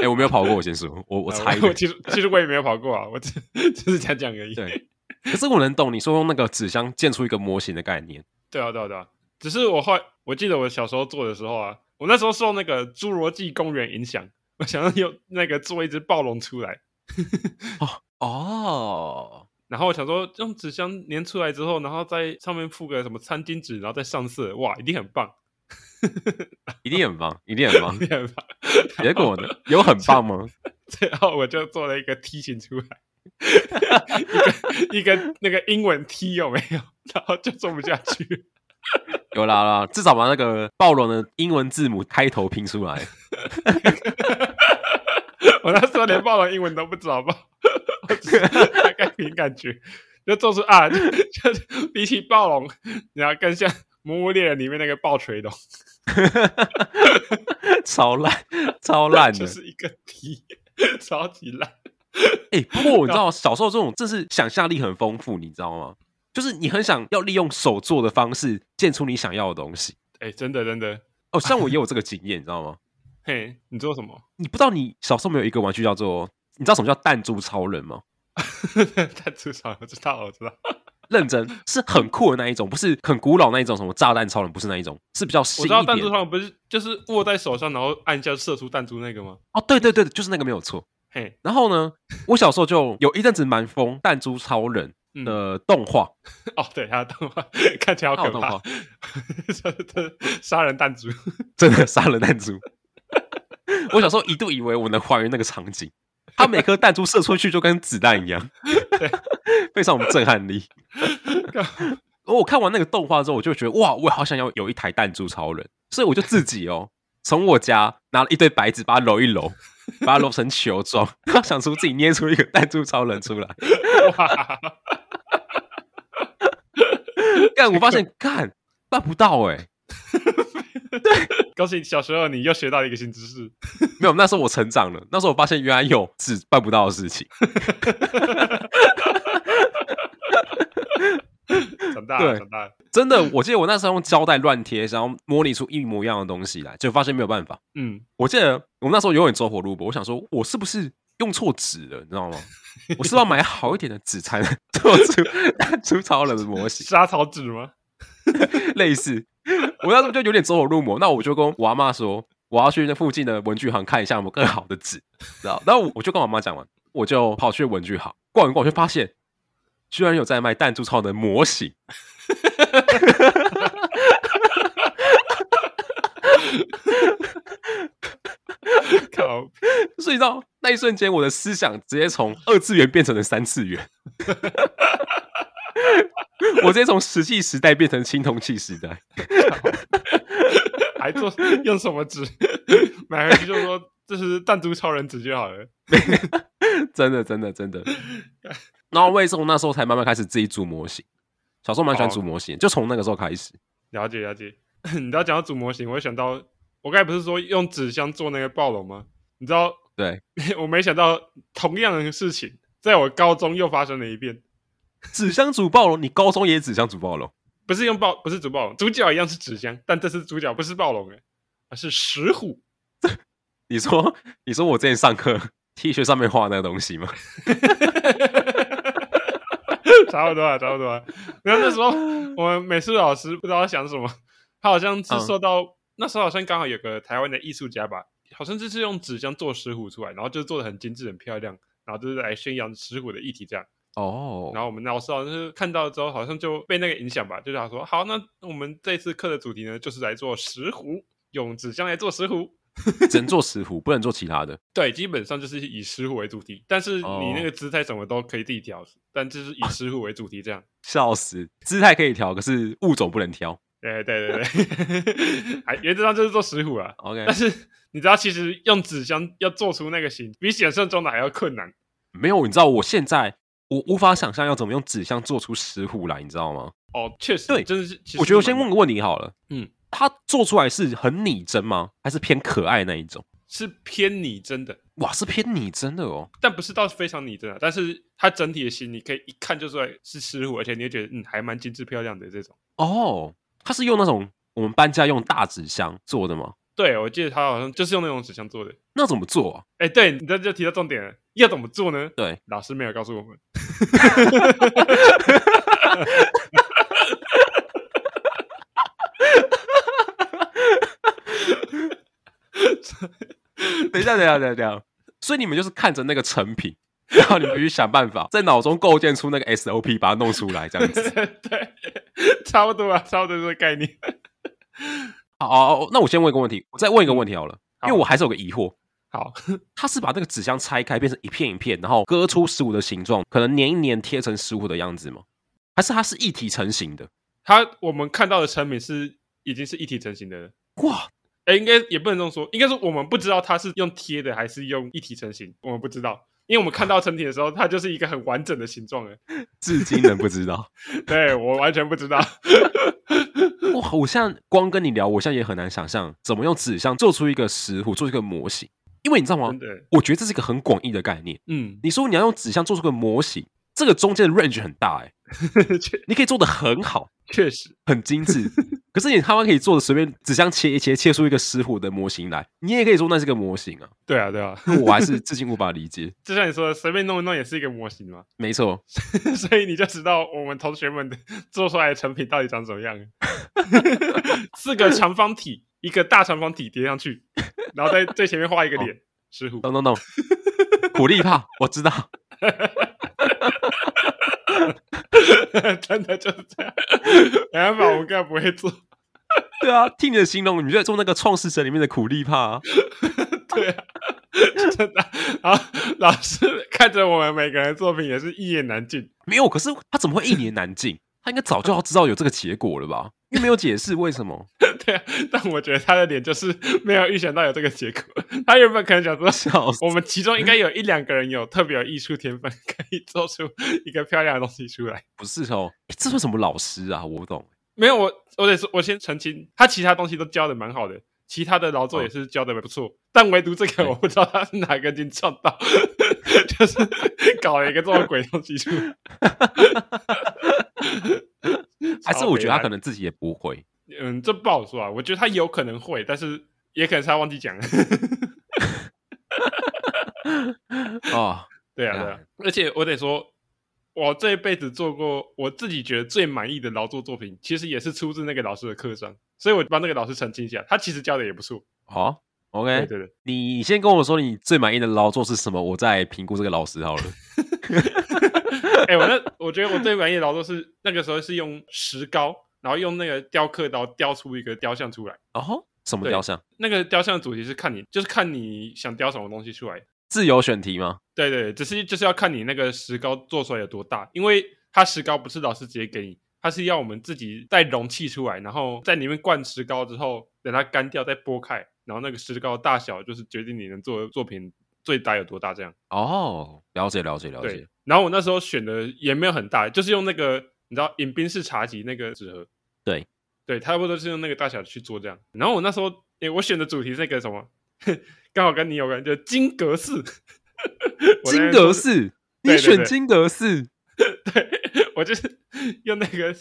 Speaker 1: 哎、我没有跑过，我先说，我我
Speaker 2: 啊
Speaker 1: 猜
Speaker 2: 我
Speaker 1: 的。
Speaker 2: 其实其实我也没有跑过啊，我 只只是讲讲而已。
Speaker 1: 对，可是我能懂你说用那个纸箱建出一个模型的概念。
Speaker 2: 对啊，对啊，对啊。只是我后来我记得我小时候做的时候啊，我那时候受那个侏罗纪公园影响，我想要用那个做一只暴龙出来，
Speaker 1: 哦，
Speaker 2: 然后我想说用纸箱粘出来之后，然后在上面附个什么餐巾纸，然后再上色，哇，一定很棒，
Speaker 1: 一定很棒，一定很棒
Speaker 2: 一。定很棒。
Speaker 1: 结果呢？有很棒吗？
Speaker 2: 最后我就做了一个梯形出来， 一个一个那个英文 T 有没有？ 然后就做不下去。
Speaker 1: 有啦啦，至少把那个暴龙的英文字母开头拼出来。
Speaker 2: 我那时候连暴龙英文都不知道吧， 我只是大概凭感觉就做出啊， 就就比起暴龙，然后更像《魔物猎人》里面那个暴锤龙，
Speaker 1: 超烂，超烂的
Speaker 2: 就。是一个 T，超级烂。
Speaker 1: 哎、不过我知道小时候这种真是想象力很丰富，你知道吗？就是你很想要利用手做的方式建出你想要的东西。
Speaker 2: 哎、真的真的，
Speaker 1: 哦，像我也有这个经验，你知道吗？
Speaker 2: 嘿，你做什么？
Speaker 1: 你不知道你小时候没有一个玩具叫做，你知道什么叫弹珠超人吗？
Speaker 2: 太粗糙，我知道，我知道。
Speaker 1: 认真是很酷的那一种，不是很古老那一种，什么炸弹超人不是那一种，是比较新
Speaker 2: 我
Speaker 1: 一
Speaker 2: 知道
Speaker 1: 点
Speaker 2: 弹珠
Speaker 1: 的
Speaker 2: 上不是就是握在手上，然后按一下射出弹珠那个吗？
Speaker 1: 哦，对对对，就是那个没有错。
Speaker 2: 嘿，
Speaker 1: 然后呢，我小时候就有一阵子蛮疯弹珠超人
Speaker 2: 嗯。
Speaker 1: 的动画，
Speaker 2: 哦，对，他的动画 看起来好可
Speaker 1: 他哦
Speaker 2: 怕
Speaker 1: 有动，
Speaker 2: 这杀人弹珠，
Speaker 1: 真的杀了弹珠。我小时候一度以为我能还原那个场景，它每颗弹珠射出去就跟子弹一样，非常有震撼力。我看完那个动画之后，我就觉得哇，我好想要有一台弹珠超人，所以我就自己哦，从我家拿了一堆白纸，把它揉一揉，把它揉成球状，然后想出自己捏出一个弹珠超人出来。
Speaker 2: 哇！
Speaker 1: 干，我发现干办不到哎、
Speaker 2: 恭喜小时候你又学到了一个新知 识，
Speaker 1: 没有，那时候我成长了，那时候我发现原来有纸办不到的事情。
Speaker 2: 长大
Speaker 1: 对
Speaker 2: 了，长大了，
Speaker 1: 真的，我记得我那时候用胶带乱贴，然后模拟出一模一样的东西来，就发现没有办法。
Speaker 2: 嗯，
Speaker 1: 我记得我那时候有点走火入魔，我想说我是不是用错纸了，你知道吗？我是不是要买好一点的纸才能 做出出超人的模型，
Speaker 2: 沙草纸吗？
Speaker 1: 类似。我那时候就有点走火入魔，那我就跟我阿妈说，我要去那附近的文具行看一下有没有更好的纸，知道？然后我我就跟我妈讲完，我就跑去文具行逛一逛，我就发现居然有在卖弹珠超人的模型。
Speaker 2: 靠，
Speaker 1: 所以你知道那一瞬间，我的思想直接从二次元变成了三次元， 我直接从石器时代变成青铜器时代。
Speaker 2: 还做用什么纸？ 买回去就说这是弹珠超人纸就好了。
Speaker 1: 真的，真的，真的。然后魏从那时候才慢慢开始自己组模型。小时候蛮喜欢组模型，就从那个时候开始。
Speaker 2: 了解了解。 你知道讲到组模型，我会想到我刚才不是说用纸箱做那个暴龙吗？你知道，
Speaker 1: 对，
Speaker 2: 我没想到同样的事情，在我高中又发生了一遍。
Speaker 1: 纸箱组暴龙，你高中也纸箱组暴龙，
Speaker 2: 不是用暴，不是主暴龙，主角一样是纸箱，但这次主角不是暴龙哎，而是石虎。
Speaker 1: 你说，你说我之前上课 T 恤上面画那个东西吗？
Speaker 2: 差不多啊，差不多啊。然后那时候我们美术老师不知道他想什么，他好像是受到、那时候好像刚好有个台湾的艺术家吧，好像就是用纸箱做石虎出来，然后就做的很精致、很漂亮，然后就是来宣扬石虎的议题这样。
Speaker 1: 哦
Speaker 2: 然后我们老师好像是看到之后，好像就被那个影响吧，就是他说好，那我们这次课的主题呢，就是来做石虎，用纸箱来做石虎。
Speaker 1: 只能做石虎，不能做其他的。
Speaker 2: 对，基本上就是以石虎为主题，但是
Speaker 1: 哦
Speaker 2: 你那个姿态什么都可以自己调，但就是以石虎为主题这样。
Speaker 1: 笑死，姿态可以调，可是物种不能挑。
Speaker 2: 对哎对对对， 还原则上就是做石虎啊。
Speaker 1: OK，
Speaker 2: 但是你知道，其实用纸箱要做出那个形，比想象中的还要困难。
Speaker 1: 没有，你知道我现在我无法想象要怎么用纸箱做出石虎来，你知道吗？
Speaker 2: 哦，确实，
Speaker 1: 对
Speaker 2: 真的是。其实
Speaker 1: 我觉得我先
Speaker 2: 蛮
Speaker 1: 问个问题好了，
Speaker 2: 嗯，
Speaker 1: 它做出来是很拟真吗？还是偏可爱那一种？
Speaker 2: 是偏拟真的，
Speaker 1: 哇，是偏拟真的哦。
Speaker 2: 但不是到非常拟真啊。但是它整体的形，你可以一看就出来是石虎，而且你会觉得嗯，还蛮精致漂亮的这种。
Speaker 1: 哦，它是用那种我们搬家用大纸箱做的吗？
Speaker 2: 对，我记得它好像就是用那种纸箱做的。
Speaker 1: 那怎么做啊？
Speaker 2: 哎，对，你这就提到重点了，要怎么做呢？
Speaker 1: 对，
Speaker 2: 老师没有告诉我们。
Speaker 1: 等一下，等一下，等一下，等一下。 所以你们就是看着那个成品，然后你们必须想办法在脑中构建出那个 SOP，把它弄出来，这样 子。
Speaker 2: 对，差不多啊，差不多这个概念。
Speaker 1: 好好，好那我先问一个问题，我再问一个问题好了，
Speaker 2: 好
Speaker 1: 因为我还是有个疑惑。
Speaker 2: 好，
Speaker 1: 他是把那个纸箱拆开，变成一片一片，然后割出十五的形状，可能粘一粘贴成十五的样子吗？还是它是一体成型的？
Speaker 2: 它我们看到的成品是已经是一体成型的了。
Speaker 1: 哇，
Speaker 2: 哎，应该也不能这么说，应该说我们不知道它是用贴的还是用一体成型，我们不知道，因为我们看到成品的时候，它就是一个很完整的形状了。
Speaker 1: 至今仍不知道。
Speaker 2: 对我完全不知道，
Speaker 1: 哇，我现在光跟你聊，我现在也很难想象怎么用纸箱做出一个石虎，做出一个模型。因为你知道吗
Speaker 2: 真？的，
Speaker 1: 我觉得这是一个很广义的概念。
Speaker 2: 嗯，
Speaker 1: 你说你要用纸箱做出个模型，这个中间的 range 很大哎、
Speaker 2: 确
Speaker 1: 你可以做的很好，
Speaker 2: 确实，
Speaker 1: 很精致。可是你他妈可以做的随便纸箱切一切，切出一个石虎的模型来，你也可以说那是个模型啊。
Speaker 2: 对啊，对啊，
Speaker 1: 我还是至今无法理解。
Speaker 2: 就像你说的，随便弄一弄也是一个模型嘛，
Speaker 1: 没错，
Speaker 2: 所以你就知道我们同学们的做出来的成品到底长什么样。四个长方体，一个大长方体叠上去，然后在最前面画一个脸，石虎。
Speaker 1: 懂懂懂，苦力怕，我知道。
Speaker 2: 真的就是这样，没办法，我们根本不会做。
Speaker 1: 对啊，听你的形容，你就在做那个《创世神》里面的苦力怕、啊。
Speaker 2: 对啊，真的。然后老师看着我们每个人的作品也是一言难尽。
Speaker 1: 没有，可是他怎么会一言难尽？他应该早就要知道有这个结果了吧？又没有解释为什 么，
Speaker 2: 对啊，但我觉得他的脸就是没有预想到有这个结果。他原本可能想说，
Speaker 1: 笑死！
Speaker 2: 啊我们其中应该有一两个人有特别有艺术天分，可以做出一个漂亮的东西出来。
Speaker 1: 不是哦，诶这算什么老师啊？我不懂。
Speaker 2: 没有，我我得说，我先澄清，他其他东西都教的蛮好的，其他的劳作也是教的不错，但唯独这个
Speaker 1: 对
Speaker 2: 我不知道他是哪根筋撞到， 就是搞了一个这种鬼东西出来。
Speaker 1: 还是我觉得他可
Speaker 2: 能，
Speaker 1: 能自己也不 会。
Speaker 2: 嗯，这不好说啊。我觉得他有可能会，但是也可能是他忘记讲了。
Speaker 1: 哦，
Speaker 2: 对啊，对啊，而且我得说，我这一辈子做过我自己觉得最满意的劳作作品，其实也是出自那个老师的课上，所以我帮那个老师澄清一下，他其实教的也不错。
Speaker 1: 好、o
Speaker 2: 对
Speaker 1: k
Speaker 2: 对对。
Speaker 1: 你先跟我说你最满意的劳作是什么，我再评估这个老师 好了。
Speaker 2: 哎、我那我觉得我最满意的劳作是那个时候是用石膏，然后用那个雕刻刀雕出一个雕像出来。
Speaker 1: 哦，什么
Speaker 2: 对
Speaker 1: 雕像？
Speaker 2: 那个雕像的主题是看你，就是看你想雕什么东西出来。
Speaker 1: 自由选题吗？
Speaker 2: 对对，只是就是要看你那个石膏做出来有多大，因为它石膏不是老师直接给你，它是要我们自己带容器出来，然后在里面灌石膏之后，等它干掉再剥开，然后那个石膏的大小就是决定你能做的作品最大有多大这样。
Speaker 1: 哦，了解了解了
Speaker 2: 对
Speaker 1: 解。，
Speaker 2: 然后我那时候选的也没有很大，就是用那个你知道饮冰式茶几那个纸盒，
Speaker 1: 对
Speaker 2: 对，差不多是用那个大小去做这样。然后我那时候，诶、我选的主题是那个什么，刚好跟你有关，就金格寺。 我那
Speaker 1: 金
Speaker 2: 边说
Speaker 1: 格
Speaker 2: 是
Speaker 1: 寺，
Speaker 2: 对
Speaker 1: 你
Speaker 2: 对
Speaker 1: 选
Speaker 2: 对
Speaker 1: 金格寺，
Speaker 2: 对，我就是用那个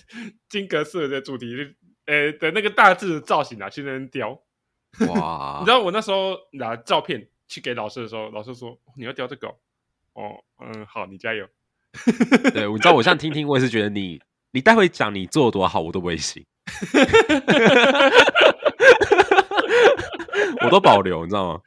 Speaker 2: 金格式的主题，呃的那个大致的造型啊，去那边雕。
Speaker 1: 哇，
Speaker 2: 你知道我那时候拿照片去给老师的时候，老师说哦你要雕这个哦，哦嗯，好，你加油。
Speaker 1: 对，我知道，我现在听听，我也是觉得你，你待会讲你做的多好，我都不会信， 我都保留，你知道吗？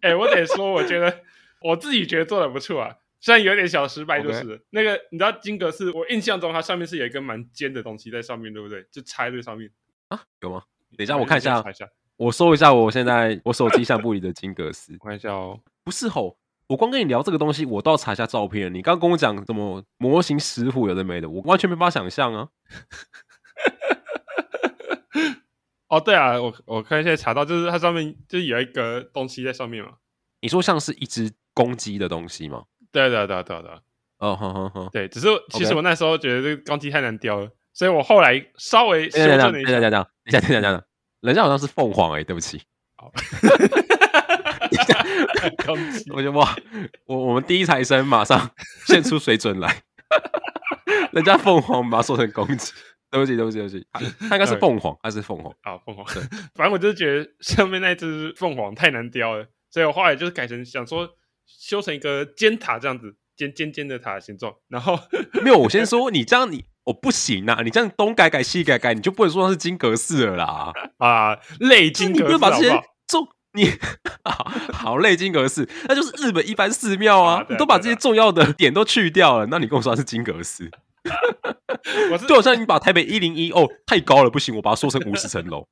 Speaker 2: 哎、我得说，我觉得我自己觉得做的不错啊，虽然有点小失败，就是了那个你知道金格是我印象中它上面是有一根蛮尖的东西在上面，对不对？就插在上面。
Speaker 1: 啊，有吗？等一下，我看一
Speaker 2: 哎先
Speaker 1: 下哦
Speaker 2: 查，一下，
Speaker 1: 我搜一下我现在我手机相簿里的金格斯，
Speaker 2: 我看一下哦。
Speaker 1: 不是吼。我光跟你聊这个东西，我都要查一下照片。你刚刚跟我讲什么模型石虎有的没的，我完全没办法想象啊！
Speaker 2: 哦，对啊，我我看现在查到，就是它上面就是有一个东西在上面嘛。
Speaker 1: 你说像是一只公鸡的东西吗？
Speaker 2: 对啊对啊对啊对啊对啊，
Speaker 1: 哦，哼哼哼，
Speaker 2: 对，只是其实
Speaker 1: OK
Speaker 2: 我那时候觉得这个钢琴太难雕了，所以我后来稍微修
Speaker 1: 等一下
Speaker 2: 正
Speaker 1: 等
Speaker 2: 了
Speaker 1: 一
Speaker 2: 一
Speaker 1: 下
Speaker 2: 下。
Speaker 1: 等一下等一下等一下等一下等一下，人家好像是凤凰哎、对不起，
Speaker 2: 钢琴
Speaker 1: 我就哇，我我们第一材生马上现出水准来， 人家凤凰把它说成公鸡， 对不起对不起对不起，他应该是凤凰，他是凤凰，
Speaker 2: 啊，凤凰。 反正我就是觉得上面那只凤凰太难雕了，所以我后来就是改成想说修成一个尖塔这样子，尖尖尖的塔的形状。然后
Speaker 1: 没有，我先说你这样你我不行啊，你这样东改改西改改，你就不能说它是金格式了啦，
Speaker 2: 啊，类金
Speaker 1: 你不
Speaker 2: 格式
Speaker 1: 能把
Speaker 2: 好
Speaker 1: 这
Speaker 2: 不
Speaker 1: 些
Speaker 2: 好？
Speaker 1: 重你 好好类金格式，那就是日本一般寺庙
Speaker 2: 啊
Speaker 1: 啊，
Speaker 2: 对啊
Speaker 1: 你都把这
Speaker 2: 对啊
Speaker 1: 些重要的点都去掉了，那你跟我说它是金格式，
Speaker 2: 我是
Speaker 1: 就好像你把台北一零一哦太高了不行，我把它说成五十层楼，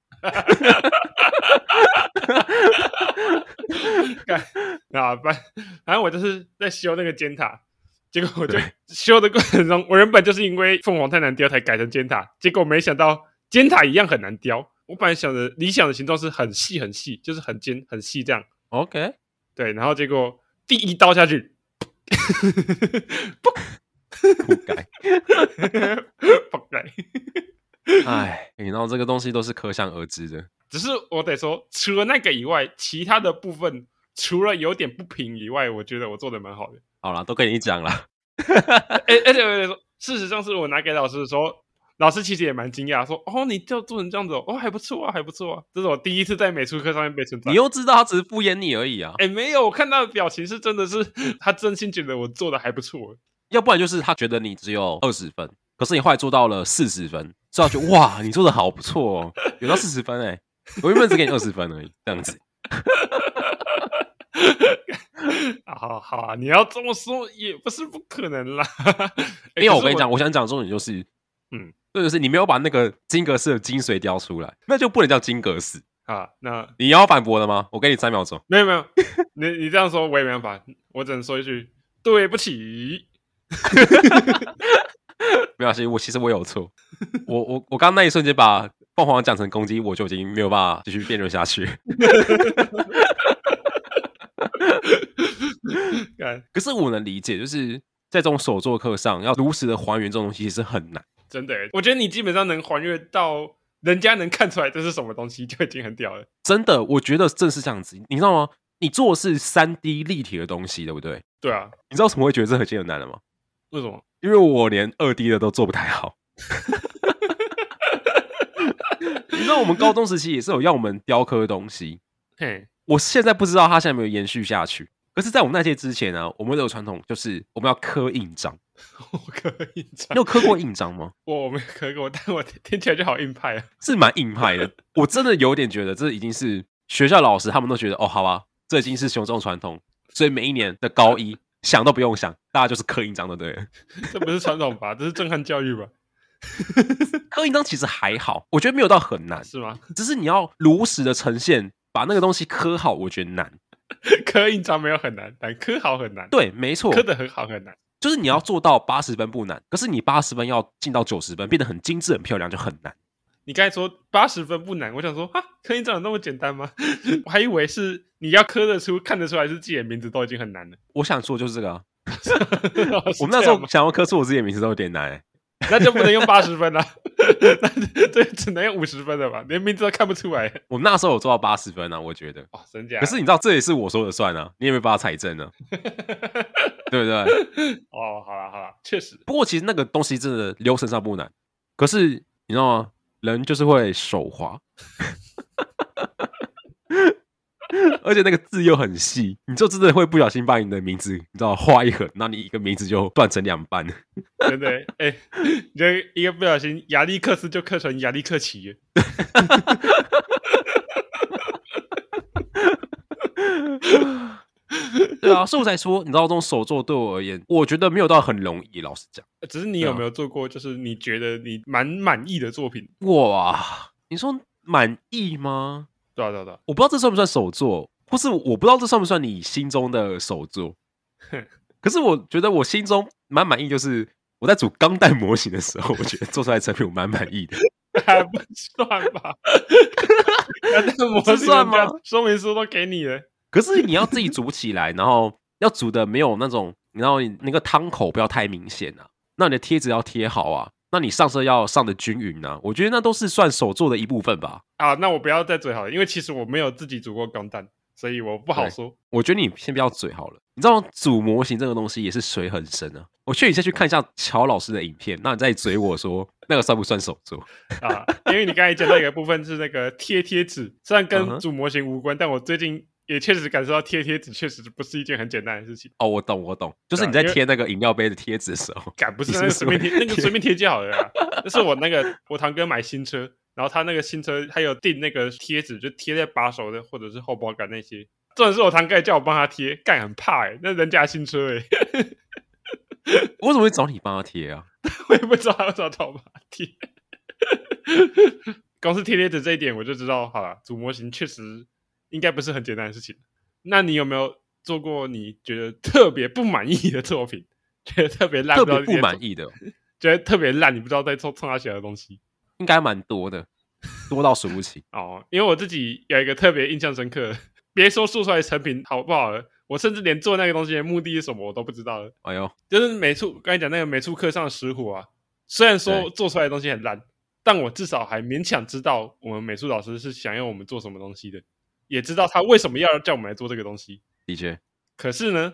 Speaker 2: 啊，反反正我就是在修那个尖塔，结果我就修的过程中，我原本就是因为凤凰太难雕才改成尖塔，结果没想到尖塔一样很难雕。我本来想的理想的形状是很细很细，就是很尖很细这样。
Speaker 1: OK，
Speaker 2: 对，然后结果第一刀下去，
Speaker 1: 不改。
Speaker 2: 爆开。
Speaker 1: 哎，你知道这个东西都是可想而知的。
Speaker 2: 只是我得说，除了那个以外，其他的部分除了有点不平以外，我觉得我做的蛮好的。
Speaker 1: 好啦，都跟你讲啦。
Speaker 2: 哎， 而且我得说，事实上是我拿给老师的时候，老师其实也蛮惊讶，说：“哦，你就做成这样子哦，哦还不错啊，还不错啊。”这是我第一次在美术课上面被称 赞
Speaker 1: 你。又知道他只是敷衍你而已啊，
Speaker 2: 哎，没有，我看他的表情是真的是，他真心觉得我做的还不错。
Speaker 1: 要不然就是他觉得你只有二十分，可是你后来做到了四十分，所以他觉得 哇，你做的好不错哦，有到四十分哎、我原本只给你二十分而已，这样 子。
Speaker 2: 啊，好好啊，你要这么说也不是不可能 啦。
Speaker 1: 因
Speaker 2: 哎
Speaker 1: 为
Speaker 2: 可
Speaker 1: 我
Speaker 2: 是
Speaker 1: 跟你讲，我想讲重点就是，
Speaker 2: 嗯
Speaker 1: 嗯，这就是你没有把那个金格式的精髓雕出来，那就不能叫金格式。
Speaker 2: 啊，那
Speaker 1: 你要反驳的吗？我给你三秒钟。
Speaker 2: 没有没有，你你这样说我也没办法，我只能说一句对不起。
Speaker 1: 没关系，我其实我有错，我我我刚刚那一瞬间把凤凰讲成公鸡，我就已经没有办法继续辩论下去。
Speaker 2: 干，
Speaker 1: 可是我能理解，就是在这种手作课上，要如实的还原这种东西是很难。
Speaker 2: 真的耶，欸我觉得你基本上能还原到人家能看出来这是什么东西，就已经很屌了。
Speaker 1: 真的，我觉得正是这样子，你知道吗？你做的是三 D 立体的东西，对不对？
Speaker 2: 对啊，
Speaker 1: 你知道为什么会觉得这很艰难的吗？
Speaker 2: 为什么？
Speaker 1: 因为我连二 D 的都做不太好。 你知道我们高中时期也是有要我们雕刻的东西，
Speaker 2: 嘿，
Speaker 1: 我现在不知道它现在有没有延续下去。可是，在我们那届之前呢、啊，我们有传统就是我们要刻印章。
Speaker 2: 我可以讲
Speaker 1: 你有，刻过印章吗？
Speaker 2: 我我没有磕过，但我听听起来就好硬派啊。
Speaker 1: 是蛮硬派的。我真的有点觉得这已经是学校老师他们都觉得哦，好吧，这已经是雄中传统，所以每一年的高一想都不用想，大家就是刻印章的，对了。
Speaker 2: 这不是传统吧？这是震撼教育吧？
Speaker 1: 刻印章其实还好，我觉得没有到很难，
Speaker 2: 是吗？
Speaker 1: 只是你要如实的呈现，把那个东西刻好，我觉得难。
Speaker 2: 刻印章没有很难，但刻好很难。，
Speaker 1: 对，没错，
Speaker 2: 刻的很好很难。
Speaker 1: 就是你要做到八十分不难，可是你八十分要进到九十分，变得很精致、很漂亮就很难。
Speaker 2: 你刚才说八十分不难，我想说啊，刻印章有那么简单吗？ 我还以为是你要刻得出、看得出来是自己的名字都已经很难了。
Speaker 1: 我想说就是这个、啊，
Speaker 2: 我
Speaker 1: 我们那时候想要刻出我自己的名字都有点难、欸。
Speaker 2: 那就不能用八十分了， 那这只能用五十分了吧？连名字都看不出来
Speaker 1: 我们那时候有做到八十分啊，我觉得。
Speaker 2: 哦，真假？
Speaker 1: 可是你知道这也是我说了算啊，你也没办法采证啊，对不 对？
Speaker 2: 哦，好了好了，确实
Speaker 1: 不过其实那个东西真的流程上不难，可是你知道吗？人就是会手滑， 而且那个字又很细，你就真的会不小心把你的名字，你知道画一横，那你一个名字就断成两半。
Speaker 2: 真的哎、你这一个不小心，亚历克斯就刻成亚历克奇了。
Speaker 1: 对啊，所以我才说，你知道这种手作对我而言，我觉得没有到很容易。老实讲，
Speaker 2: 只是你有没有做过，就是你觉得你蛮满意的作品？
Speaker 1: 哇，你说满意吗？
Speaker 2: 对啊对啊对啊，
Speaker 1: 我不知道这算不算手作，或是我不知道这算不算你心中的手作
Speaker 2: 哼。
Speaker 1: 可是我觉得我心中蛮满意，就是我在组钢弹模型的时候，我觉得做出来的成品我蛮满意的。
Speaker 2: 啊 还不算吧？那模
Speaker 1: 这
Speaker 2: 型
Speaker 1: 算吗
Speaker 2: 人家说明书都给你了，
Speaker 1: 可是你要自己煮起来，然后要煮的没有那种，然后你那个汤口不要太明显啊，那你的贴纸要贴好啊，那你上色要上的均匀啊，我觉得那都是算手作的一部分吧。
Speaker 2: 啊，那我不要再嘴好了，因为其实我没有自己煮过钢蛋，所以我不好
Speaker 1: 对
Speaker 2: 说。
Speaker 1: 我觉得你先不要嘴好了，你知道吗组模型这个东西也是水很深啊。我劝你先去看一下乔老师的影片，那你再嘴我说那个算不算手作？
Speaker 2: 啊，因为你刚才讲到一个部分是那个贴贴纸，虽然
Speaker 1: 嗯
Speaker 2: 跟
Speaker 1: 哼
Speaker 2: 组模型无关，但我最近也确实感受到贴贴纸确实不是一件很简单的事情。
Speaker 1: 哦，我懂，我懂，就是
Speaker 2: 对啊
Speaker 1: 你在
Speaker 2: 因为
Speaker 1: 贴那个饮料杯的贴纸的时候，
Speaker 2: 敢不是
Speaker 1: 你
Speaker 2: 那
Speaker 1: 是
Speaker 2: 个
Speaker 1: 不是
Speaker 2: 随便贴，那个随便贴就好了 啦。那是我那个我堂哥买新车，然后他那个新车他有订那个贴纸，就贴在把手的或者是后保杆那些。重点是我堂哥也叫我帮他贴，干很怕哎、那人家新车哎、
Speaker 1: 我怎么会找你帮他贴啊？
Speaker 2: 我也不知道他要找到吧贴。光是贴贴纸这一点，我就知道，好了，组模型确实应该不是很简单的事情。那你有没有做过你觉得特别不满意的作品？觉得特别烂，
Speaker 1: 特别
Speaker 2: 知道
Speaker 1: 不满
Speaker 2: 自己
Speaker 1: 意的
Speaker 2: 在做，觉得特别烂，你不知道在冲冲他写的东西
Speaker 1: 应该蛮多的，多到数不清。
Speaker 2: 哦。因为我自己有一个特别印象深刻的，别说做出来的成品好不好了，我甚至连做那个东西的目的是什么我都不知道了。
Speaker 1: 哎呦，
Speaker 2: 就是美术刚才讲那个美术课上的石虎啊，虽然说
Speaker 1: 对
Speaker 2: 做出来的东西很烂，但我至少还勉强知道我们美术老师是想要我们做什么东西的，也知道他为什么要叫我们来做这个东西。
Speaker 1: 的确，
Speaker 2: 可是呢，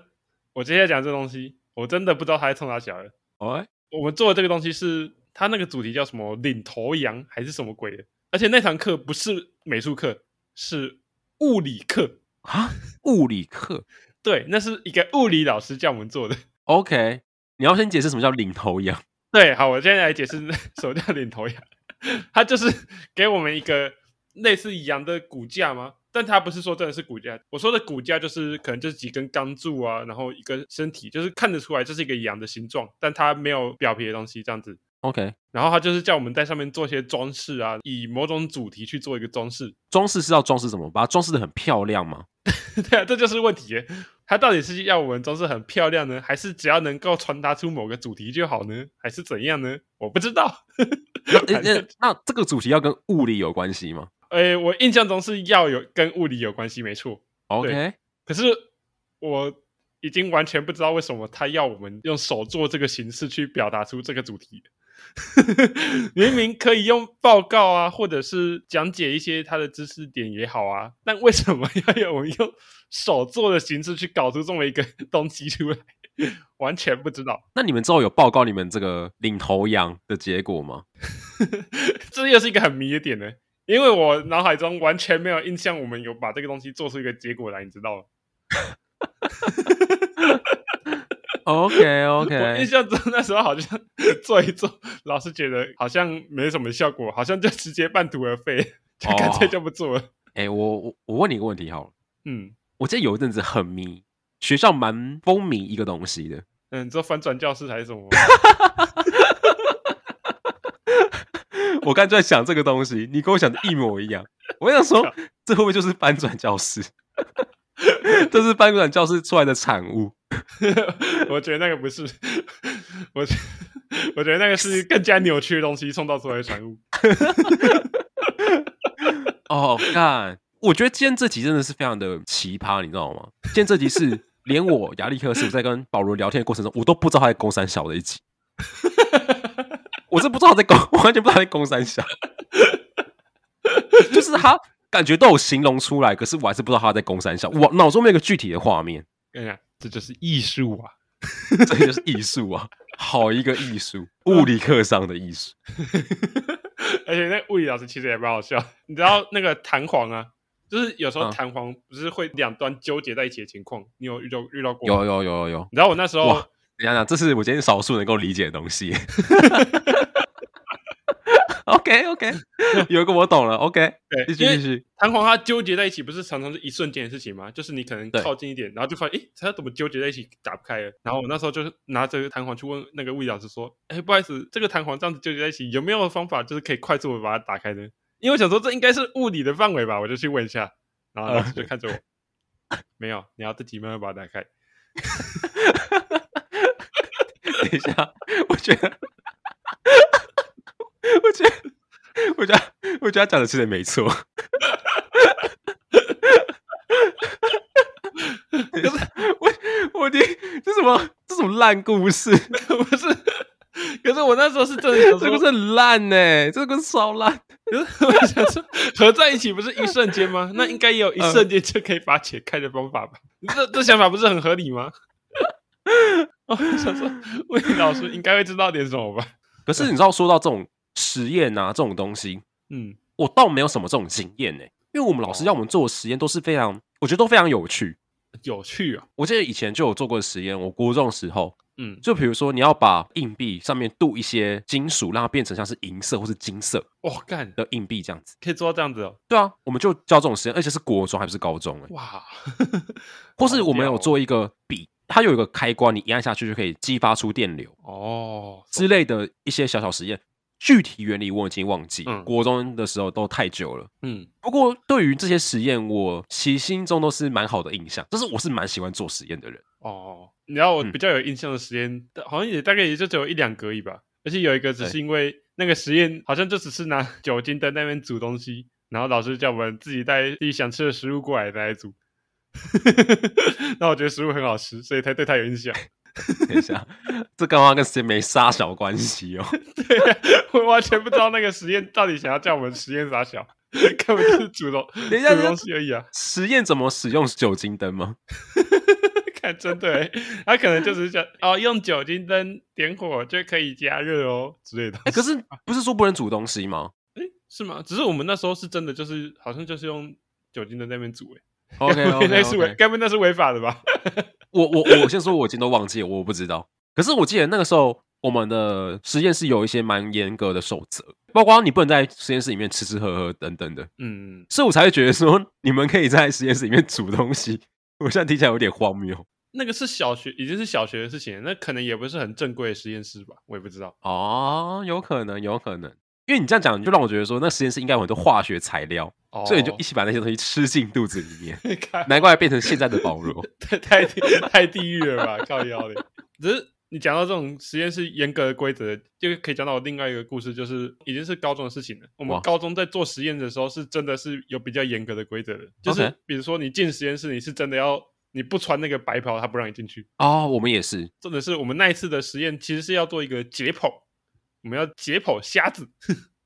Speaker 2: 我接下来讲这东西，我真的不知道他在冲啥小了。
Speaker 1: 哎，
Speaker 2: 我们做的这个东西是他那个主题叫什么领头羊还是什么鬼的，而且那堂课不是美术课，是物理课。
Speaker 1: 啊，物理课
Speaker 2: 对，那是一个物理老师叫我们做的。
Speaker 1: ，OK，你要先解释什么叫领头羊。
Speaker 2: 对，好，我现在来解释什么叫领头羊。它就是给我们一个类似羊的骨架吗？但它不是说真的是骨架，我说的骨架就是可能就是几根钢柱啊，然后一个身体，就是看得出来这是一个羊的形状，但它没有表皮的东西这样子。
Speaker 1: OK，
Speaker 2: 然后它就是叫我们在上面做一些装饰啊，以某种主题去做一个装饰。
Speaker 1: 装饰是要装饰什么？把它装饰的很漂亮吗？
Speaker 2: 对啊，这就是问题耶。它到底是要我们装饰很漂亮呢，还是只要能够传达出某个主题就好呢，还是怎样呢？我不知道。
Speaker 1: 那那那这个主题要跟物理有关系吗
Speaker 2: 诶，我印象中是要有跟物理有关系，没错。
Speaker 1: ？OK，
Speaker 2: 可是我已经完全不知道为什么他要我们用手做这个形式去表达出这个主题。 明明可以用报告啊，或者是讲解一些他的知识点也好啊，但为什么要有我们用手做的形式去搞出这么一个 东西出来？完全不知道。
Speaker 1: 那你们之后有报告你们这个领头羊的结果吗？
Speaker 2: 这又是一个很迷的点呢，因为我脑海中完全没有印象，我们有把这个东西做出一个结果来，你知道吗？
Speaker 1: OK
Speaker 2: 我印
Speaker 1: OK，
Speaker 2: 象中那时候好像做一做，老师觉得好像没什么效果，好像就直接半途而废，
Speaker 1: 哦
Speaker 2: 就干脆就不做了。
Speaker 1: 哎、我我我问你一个问题好了，
Speaker 2: 嗯
Speaker 1: 我记得有一阵子很迷，学校蛮风靡一个东西的，
Speaker 2: 嗯，你说反转教室还是什么？
Speaker 1: 我刚才就在想这个东西，你跟我想的一模一样。我想 说
Speaker 2: 靠，
Speaker 1: 这会不会就是翻转教室？ 这是翻转教室出来的产物。
Speaker 2: 我觉得那个不是， 我觉我觉得那个是更加扭曲的东西创造出来的产物。
Speaker 1: 哦，看，我觉得今天这集真的是非常的奇葩，你知道吗？今天这集是 连我亚历克斯我在跟保罗聊天的过程中，我都不知道他在攻三小的一 集，我真不知道他在攻，我完全不知道他在攻三小，就是他感觉都有形容出来，可是我还是不知道他在攻三小，我脑中没有一个具体的画面，
Speaker 2: 跟你讲，哎这就是艺术啊！
Speaker 1: 这个就是艺术啊，好一个艺术，物理课上的艺术。
Speaker 2: 而且那物理老师其实也蛮好笑，你知道那个弹簧啊，就是有时候
Speaker 1: 嗯
Speaker 2: 弹簧不是会两端纠结在一起的情况，你有遇到遇到过
Speaker 1: 有
Speaker 2: 吗？
Speaker 1: 有有有有，
Speaker 2: 你知道我那时候
Speaker 1: 哇等一下讲，这是我今天少数能够理解的东西。OK OK，有一 个我懂了。OK，继
Speaker 2: 对，
Speaker 1: 续
Speaker 2: 因
Speaker 1: 继
Speaker 2: 为
Speaker 1: 续。
Speaker 2: 弹簧它纠结在一起，不是常常是一瞬间的事情吗？就是你可能
Speaker 1: 对
Speaker 2: 靠近一点，然后就发现，诶，它怎么纠结在一起，打不开了。然后我那时候就是拿着弹簧去问那个物理老师说，哎，不好意思，这个弹簧这样子纠结在一起，有没有方法就是可以快速的把它打开呢？因为我想说这应该是物理的范围吧，我就去问一下。然后老师就看着我， 没有，你要自己慢慢把它打开。
Speaker 1: 等一下，我觉得，我觉得，我觉得，我觉得他讲的是的没错。可是我我的这什么这什么烂故事？
Speaker 2: 不是，可是我那时候是真的想
Speaker 1: 这个
Speaker 2: 说，
Speaker 1: 是很烂呢、这个是超烂。
Speaker 2: 可是 我想说，合在一起不是一瞬间 吗？那应该也有一瞬间就可以把它解开的方法吧？这这想法不是很合理吗？ 我想说，魏老师应该会知道点什么吧？
Speaker 1: 可是你知道，说到这种实验啊，这种东西，
Speaker 2: 嗯，
Speaker 1: 我倒没有什么这种经验呢、因为我们
Speaker 2: 哦
Speaker 1: 老师要我们做的实验都是非常，我觉得都非常有趣。
Speaker 2: 有趣啊、
Speaker 1: 我记得以前就有做过实验，我国中的时候，
Speaker 2: 嗯，
Speaker 1: 就比如说你要把硬币上面镀一些金属，让它变成像是银色或是金色
Speaker 2: 哇、哦干，
Speaker 1: 的硬币这样子。
Speaker 2: 可以做到这样子哦，
Speaker 1: 对啊，我们就教这种实验，而且是国中还不是高中哎、
Speaker 2: 哇，哦
Speaker 1: 或是我们
Speaker 2: 好屌
Speaker 1: 有
Speaker 2: 哦
Speaker 1: 做一个笔，它有一个开关，你一按下去就可以激发出电流
Speaker 2: 哦，
Speaker 1: 之类的一些小小实验。具体原理我已经忘记，
Speaker 2: 嗯
Speaker 1: 国中的时候都太久了。
Speaker 2: 嗯，
Speaker 1: 不过对于这些实验，我其心中都是蛮好的印象，就是我是蛮喜欢做实验的人。
Speaker 2: 哦，你知道我
Speaker 1: 嗯
Speaker 2: 比较有印象的实验，好像也大概也就只有一两个而已吧。而且有一个只是因为那个实验好像就只是拿 酒精灯在那边煮东西，然后老师叫我们自己带自己想吃的食物过来来煮。 那我觉得食物很好吃，所以才对他有印象。
Speaker 1: 等一下，这干嘛跟谁没啥小关系 哦？
Speaker 2: 对啊，我完全不知道那个实验到底想要叫我们实验啥小，根本就是煮东
Speaker 1: 等一下
Speaker 2: 煮东西而已啊！
Speaker 1: 实验怎么使用酒精灯吗？
Speaker 2: 看，真的欸，他可能就只是想哦，用酒精灯点火就可以加热哦之类的。
Speaker 1: 哎、可是不是说不能煮东西 吗？
Speaker 2: 诶，是吗？只是我们那时候是真的，就是好像就是用酒精的在那边煮、欸，
Speaker 1: OK
Speaker 2: 该不
Speaker 1: OK
Speaker 2: 会 那是违，
Speaker 1: OK，
Speaker 2: 该不会那是违法的 吧？
Speaker 1: 我我我先说，我已经都忘记了，我不知道。可是我记得那个时候，我们的实验室有一些蛮严格的守则，包括你不能在实验室里面吃吃喝喝等等的，
Speaker 2: 嗯，
Speaker 1: 所以我才会觉得说你们可以在实验室里面煮东西。我现在听起来有点荒谬。
Speaker 2: 那个是小学，已经是小学的事情了，那可能也不是很正规的实验室吧，我也不知道。
Speaker 1: 哦，有可能，有可能，因为你这样讲，就让我觉得说，那实验室应该有很多化学材料，
Speaker 2: 哦
Speaker 1: 所以你就一起把那些东西吃进肚子里面，
Speaker 2: 看
Speaker 1: 难怪变成现在的保罗。
Speaker 2: 太太地太地狱了吧，靠腰的。只是你讲到这种实验室严格的规则，就可以讲到我另外一个故事，就是已经是高中的事情了。我们
Speaker 1: 哇
Speaker 2: 高中在做实验的时候，是真的是有比较严格的规则的，就是
Speaker 1: OK
Speaker 2: 比如说你进实验室，你是真的要你不穿那个白袍，他不让你进去。
Speaker 1: 哦，我们也是，
Speaker 2: 真的是我们那一次的实验，其实是要做一个解剖，我们要解剖虾子。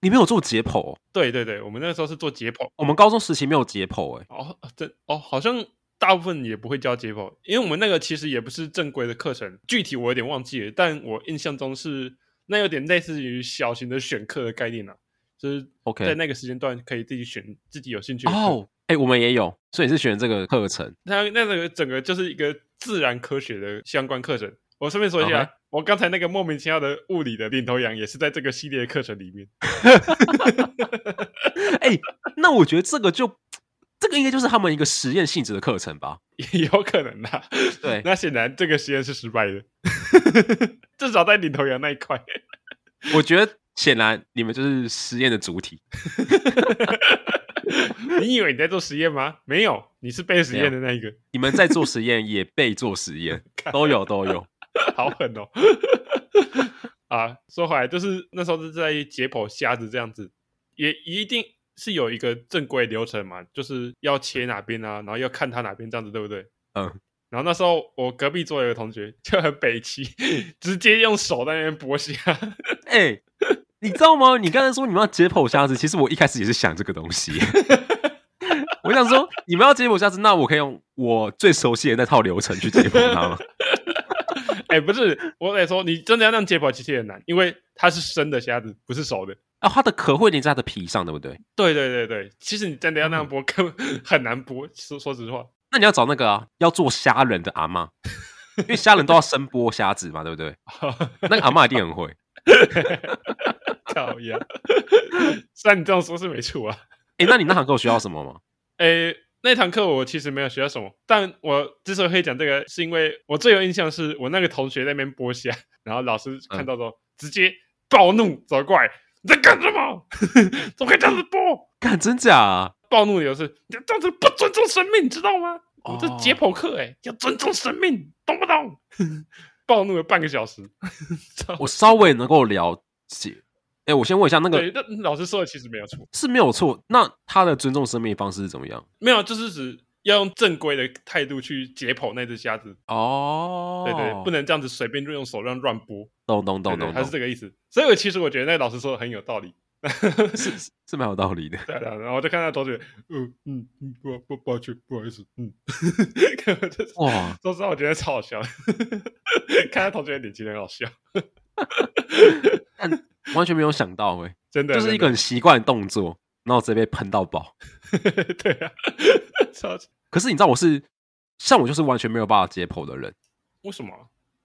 Speaker 1: 你没有做解剖哦、
Speaker 2: 对对对，我们那时候是做解剖。
Speaker 1: 我们高中时期没有解剖、哎，
Speaker 2: 哦，这哦，好像大部分也不会教解剖，因为我们那个其实也不是正规的课程，具体我有点忘记了，但我印象中是那有点类似于小型的选课的概念啊，就是在
Speaker 1: OK
Speaker 2: 那个时间段可以自己选自己有兴趣的课。
Speaker 1: 哦，哎、我们也有，所以你是选这个课程
Speaker 2: 它那个整个就是一个自然科学的相关课程。我顺便说一下
Speaker 1: OK
Speaker 2: 我刚才那个莫名其妙的物理的领头羊也是在这个系列的课程里面。
Speaker 1: 哎、那我觉得这个就这个应该就是他们一个实验性质的课程吧？
Speaker 2: 也有可能啦。
Speaker 1: 对
Speaker 2: 那显然 这个实验是失败的，至少在领头羊那一块。
Speaker 1: 我觉得显然你们就是实验的主体。
Speaker 2: 你以为你在做实验吗？没有，你是被实验的那一个，
Speaker 1: 你们在做实验，也被做实验，都有都有。
Speaker 2: 好狠 哦！啊，说回来，就是那时候是在解剖虾子这样子，也一定是有一个正规流程嘛，就是要切哪边啊，然后要看它哪边这样子，对不对？
Speaker 1: 嗯，
Speaker 2: 然后那时候我隔壁桌有个同学就很北齐，直接用手在那边剥虾。
Speaker 1: 哎、你知道吗？你刚才说你们要解剖虾子，其实我一开始也是想这个东西。 我想说，你们要解剖虾子，那我可以用我最熟悉的那套流程去解剖它吗？
Speaker 2: 哎、不是，我得说，你真的要那样解剖其实也很难，因为它是生的虾子，不是熟的。
Speaker 1: 啊，它的壳会粘在它的皮上，对不对？
Speaker 2: 对对对对，其实你真的要那样剥，根本很难剥。说说实 话，
Speaker 1: 那你要找那个啊，要做虾仁的阿嬷，因为虾仁都要生剥虾子嘛，对不对？那个阿嬷一定很会。
Speaker 2: 靠呀！ 虽然你这样说是没错啊。
Speaker 1: 哎、那你那堂课有学到什么吗？
Speaker 2: 诶，哎那堂课我其实没有学到什么，但我之所以会讲这个，是因为我最有印象是我那个同学在那边剥虾，然后老师看到之后、直接暴怒走过来，你在干什么？ 怎么可以这样子剥？
Speaker 1: 看真假啊？
Speaker 2: 暴怒的理由是你这样子不尊重生命，你知道吗？
Speaker 1: 哦
Speaker 2: 我这解剖课诶，哦要尊重生命，懂不懂？ 暴怒了半个小时，操
Speaker 1: 我稍微能够了解。哎、我先问一下，那个
Speaker 2: 对，那老师说的其实没有错，
Speaker 1: 是没有错，那他的尊重生命方式是怎么样？
Speaker 2: 没有，就是指要用正规的态度去解剖那只虾子，
Speaker 1: 哦，
Speaker 2: 对对，不能这样子随便用手这样乱拨，
Speaker 1: 懂懂懂
Speaker 2: 对对
Speaker 1: 懂
Speaker 2: 他是
Speaker 1: 懂，
Speaker 2: 这个意思。所以我其实我觉得那个老师说的很有道理。
Speaker 1: 是是是蛮有道 理的。
Speaker 2: 对对，然后我就看他同学，嗯嗯嗯，不不抱歉，不好意思，嗯， 看我就是
Speaker 1: 哇，
Speaker 2: 说实话，我觉得超好笑， 看他同学的脸其实很好笑，
Speaker 1: 完全没有想到 哎、
Speaker 2: 真的
Speaker 1: 就是一个很习惯的动作，然后直接被喷到爆。
Speaker 2: 真的 对啊，超
Speaker 1: 可是你知道我是，像我就是完全没有办法解剖的人，
Speaker 2: 为什么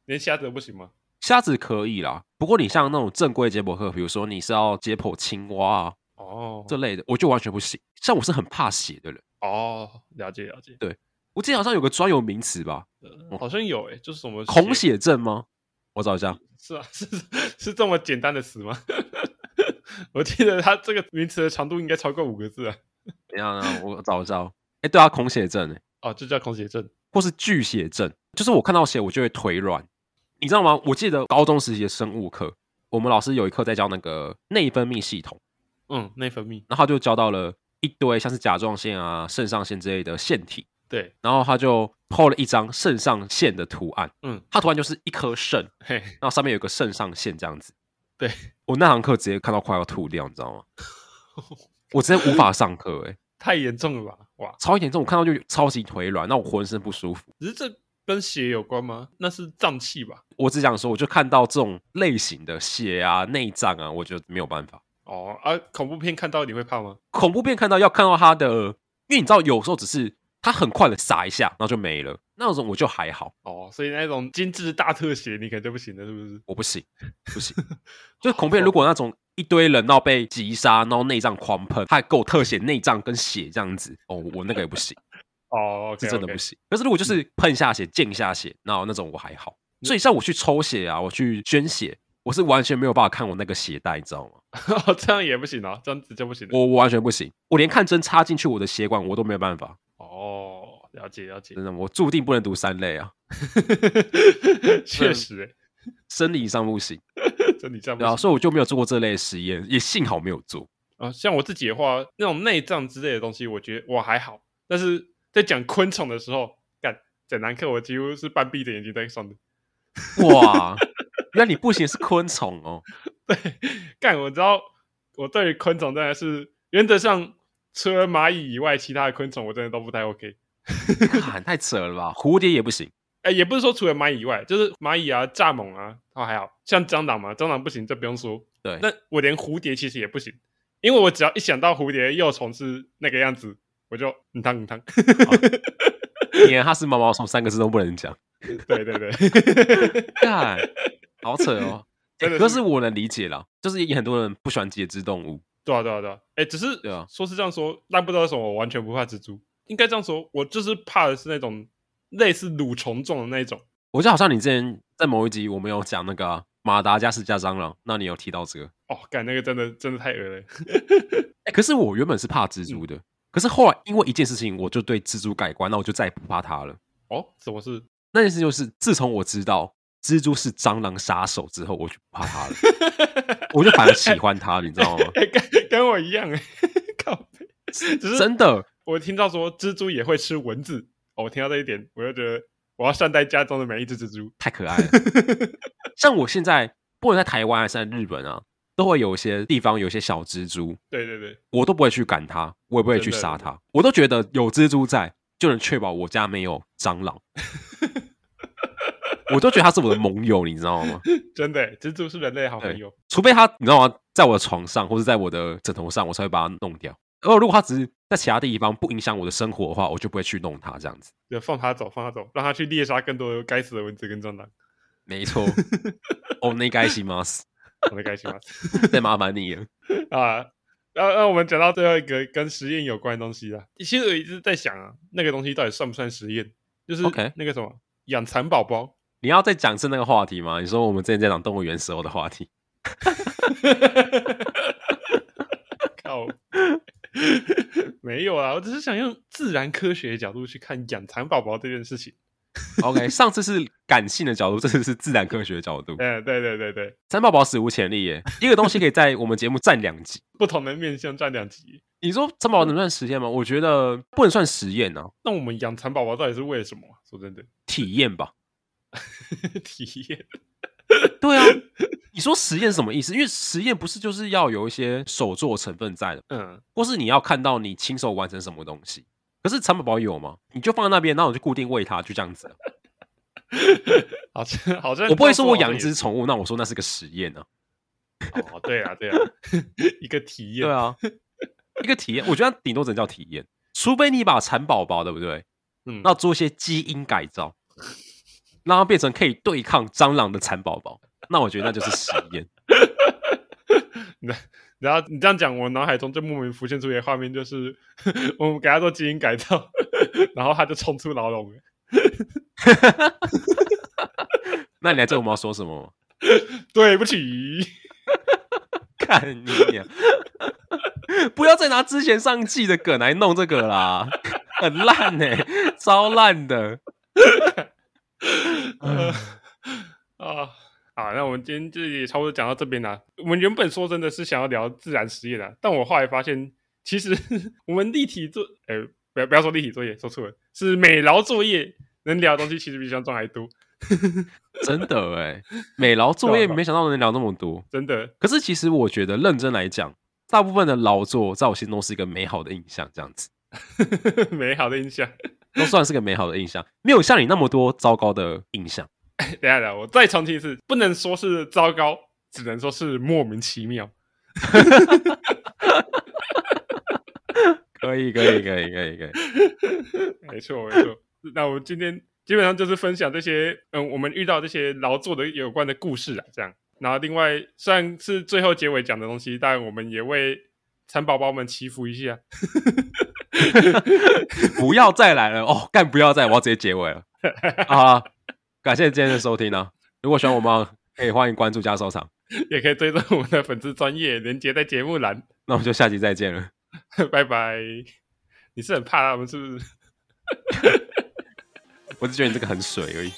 Speaker 2: 连虾子都不行吗？
Speaker 1: 虾子可以啦。不过你像那种正规解剖课，比如说你是要解剖青蛙啊
Speaker 2: 哦，
Speaker 1: 这类的，我就完全不行。像我是很怕血的人，
Speaker 2: 哦，了解了解，
Speaker 1: 我记得好像有个专有名词吧，嗯
Speaker 2: 呃好像有诶、就是什么
Speaker 1: 恐血症吗？我找一下，
Speaker 2: 是啊，是是是这么简单的词吗？ 我记得它这个名词的长度应该超过五个字啊。
Speaker 1: 等一下，等一下我找一下 哦。哎、对啊，恐血症、欸，
Speaker 2: 哦，这叫恐血症。
Speaker 1: 或是巨血症，就是我看到血我就会腿软，你知道吗？我记得高中时期的生物课，我们老师有一课在教那个内分泌系统，
Speaker 2: 嗯，内分泌。
Speaker 1: 然后他就教到了一堆像是甲状腺啊、肾上腺之类的腺体，
Speaker 2: 对，
Speaker 1: 然后他就 PO 了一张肾上腺的图案，
Speaker 2: 嗯，
Speaker 1: 它图案就是一颗肾，
Speaker 2: 嘿，
Speaker 1: 然后上面有个肾上腺这样子。
Speaker 2: 对
Speaker 1: 我那堂课直接看到快要吐掉，你知道 吗？我直接无法上课、欸，哎，
Speaker 2: 太严重了吧？哇，
Speaker 1: 超严重，我看到就超级腿软，那我浑身不舒服。
Speaker 2: 只是这跟血有关吗？那是脏器吧？
Speaker 1: 我只想说，我就看到这种类型的血啊、内脏啊，我就没有办法。
Speaker 2: 哦，啊，恐怖片看到你会怕吗？
Speaker 1: 恐怖片看到要看到它的，因为你知道有时候只是它很快的撒一下，然后就没了，那种我就还好，
Speaker 2: 哦，所以那种精致大特写你可能就不行了，是不是？
Speaker 1: 我不行，不行。就是恐怖片如果那种一堆人然后被击杀，然后内脏狂喷，它还给我特写内脏跟血这样子，哦，我那个也不行，
Speaker 2: 哦，OK，
Speaker 1: 是真的
Speaker 2: OK
Speaker 1: 不行。可是如果就是喷一下血、溅一下血，那那种我还好。所以像我去抽血啊，我去捐血，我是完全没有办法看我那个血袋，你知道吗？
Speaker 2: 哦，这样也不行啊，这样子就不行了。
Speaker 1: 我我完全不行，我连看针插进去我的血管我都没有办法，
Speaker 2: 哦，了解了解
Speaker 1: 真，的，我注定不能读三类啊，
Speaker 2: 确实、
Speaker 1: 生理上不行，
Speaker 2: 欸，真的这样不
Speaker 1: 对啊，
Speaker 2: 行。
Speaker 1: 所以我就没有做过这类的实验，也幸好没有做。
Speaker 2: 啊，像我自己的话，那种内脏之类的东西，我觉得我还好。但是在讲昆虫的时候，干讲南课，我几乎是半闭着眼睛在上的。
Speaker 1: 哇，原来你不行是昆虫哦，
Speaker 2: 对，干我知道，我对于昆虫真的是原则上除了蚂蚁以外，其他的昆虫我真的都不太 OK。
Speaker 1: 看太扯了吧，蝴蝶也不行，
Speaker 2: 哎，也不是说除了蚂蚁以外，就是蚂蚁啊、蚱蜢啊，都还好像蟑螂嘛，蟑螂不行，这不用说。
Speaker 1: 对，
Speaker 2: 那我连蝴蝶其实也不行，因为我只要一想到蝴蝶幼虫是那个样子，我就嗯汤嗯汤。
Speaker 1: 哦你看它是毛毛虫三个字都不能讲，
Speaker 2: 对对对。
Speaker 1: 看，好扯哦。
Speaker 2: 真的
Speaker 1: 欸
Speaker 2: 是
Speaker 1: 可是我能理解啦，就是也很多人不喜欢节肢动物，
Speaker 2: 对啊，对啊，对啊。哎，只是
Speaker 1: 对啊
Speaker 2: 说是这样说，但不知道为什么我完全不怕蜘蛛。应该这样说，我就是怕的是那种类似蠕虫状的那一种。
Speaker 1: 我就好像你之前在某一集我们有讲那个啊、马达加斯加蟑螂，那你有提到这个？
Speaker 2: 哦，干那个真的真的太恶了，
Speaker 1: 哎、可是我原本是怕蜘
Speaker 2: 嗯
Speaker 1: 蛛的，可是后来因为一件事情，我就对蜘蛛改观，那我就再也不怕它了。
Speaker 2: 哦，什 么事？
Speaker 1: 那件事就是，自从我知道蜘蛛是蟑螂杀手之后，我就不怕它了，我就反而喜欢它，你知 道吗？
Speaker 2: 哎、跟跟我一样哎、 靠背，只是
Speaker 1: 真的，
Speaker 2: 我听到说蜘蛛也会吃蚊子，哦，我听到这一点，我就觉得我要善待家中的每一只蜘蛛。
Speaker 1: 太可爱了。像我现在，不管在台湾还是在日本啊，都会有一些地方有一些小蜘蛛，
Speaker 2: 对对对，
Speaker 1: 我都不会去赶它，我也不会去
Speaker 2: 真的
Speaker 1: 杀它，我都觉得有蜘蛛在就能确保我家没有蟑 螂。我都觉得它是我的盟友，你知道吗？
Speaker 2: 真的、蜘蛛是人类的好朋友。
Speaker 1: 除非它，你知道吗，在我的床上或者在我的枕头上，我才会把它弄掉。而如果它只是在其他地方不影响我的生活的话，我就不会去弄它这样子。
Speaker 2: 就放它走，放它走，让它去猎杀更多该死的蚊子跟蟑螂。
Speaker 1: 没错，哦，那该行吗？
Speaker 2: 我的开心吗？
Speaker 1: 再麻烦你了。
Speaker 2: 啊，那那我们讲到最后一个跟实验有关的东西啦。其实我一直在想啊，那个东西到底算不算实验？就是
Speaker 1: OK
Speaker 2: 那个什么养蚕宝宝，
Speaker 1: 你要再讲一次那个话题吗？你说我们之前在讲动物园时候的话题，
Speaker 2: 靠，没有啊，我只是想用自然科学的角度去看养蚕宝宝这件事情。
Speaker 1: OK，上次是感性的角度，这次是自然科学的角度。
Speaker 2: 嗯，对对对对，
Speaker 1: 三宝宝史无前例耶，一个东西可以在我们节目占两集。
Speaker 2: 不同的面向占两集。
Speaker 1: 你说三宝宝能算实验吗？我觉得不能算实验啊，
Speaker 2: 那我们养蚕宝宝到底是为了什么啊？说真的，
Speaker 1: 体验吧。
Speaker 2: 体验
Speaker 1: 对啊，你说实验是什么意思？因为实验不是就是要有一些手作成分在的，
Speaker 2: 嗯，
Speaker 1: 或是你要看到你亲手完成什么东西。可是蚕宝宝有吗？你就放在那边，然后我就固定喂它，就这样 子。
Speaker 2: 好像好像
Speaker 1: 我不会说我
Speaker 2: 好像
Speaker 1: 养一
Speaker 2: 也
Speaker 1: 只宠物，那我说那是个实验啊。
Speaker 2: 哦，对啊， 对啊，一个体验，
Speaker 1: 对，啊，一个体验，我觉得顶多只能叫体验，除非你把蚕宝宝，对不对？
Speaker 2: 嗯，
Speaker 1: 那做一些基因改造，让它变成可以对抗蟑螂的蚕宝宝，那我觉得那就是实验。
Speaker 2: 然后你这样讲，我脑海中就莫名浮现出一个画面，就是 我们给他做基因改造， 然后他就冲出牢笼了。
Speaker 1: 那你还记得我们要说什么吗？
Speaker 2: 对不起，
Speaker 1: 看你娘！不要再拿之前上季的梗来弄这个啦，很烂呢、超烂的。
Speaker 2: 呃啊啊，那我们今天这里差不多讲到这边啦。我们原本说真的是想要聊自然实验的，但我后来发现，其实 我们立体作，哎、不要不要说立体作业，说错了，是美劳作业，能聊的东西其实比想象还多，
Speaker 1: 真的哎、美劳作业没想到能聊那么多。
Speaker 2: 真的。
Speaker 1: 可是其实我觉得认真来讲，大部分的劳作在我心中是一个美好的印象，这样子
Speaker 2: 美好的印象。
Speaker 1: 都算是个美好的印象，没有像你那么多糟糕的印象。
Speaker 2: 等一下，等一下，我再重提一次，不能说是糟糕，只能说是莫名其妙。
Speaker 1: 可以，可以，可以，可以，可以。
Speaker 2: 没错，没错。那我们今天基本上就是分享这些，嗯，我们遇到这些劳作的有关的故事啊，这样。然后另外，虽然是最后结尾讲的东西，但我们也为蚕宝宝们祈福一下。
Speaker 1: 不要再来了哦，干不要再，我要直接结尾了。 好啊，感谢今天的收听啊！如果喜欢我们，可以欢迎关注加收藏。
Speaker 2: 也可以追踪我们的粉丝专业，连接在节目栏。
Speaker 1: 那我们就下期再见了。
Speaker 2: 拜拜。你是很怕他们是不是？
Speaker 1: 我只觉得你这个很水而已。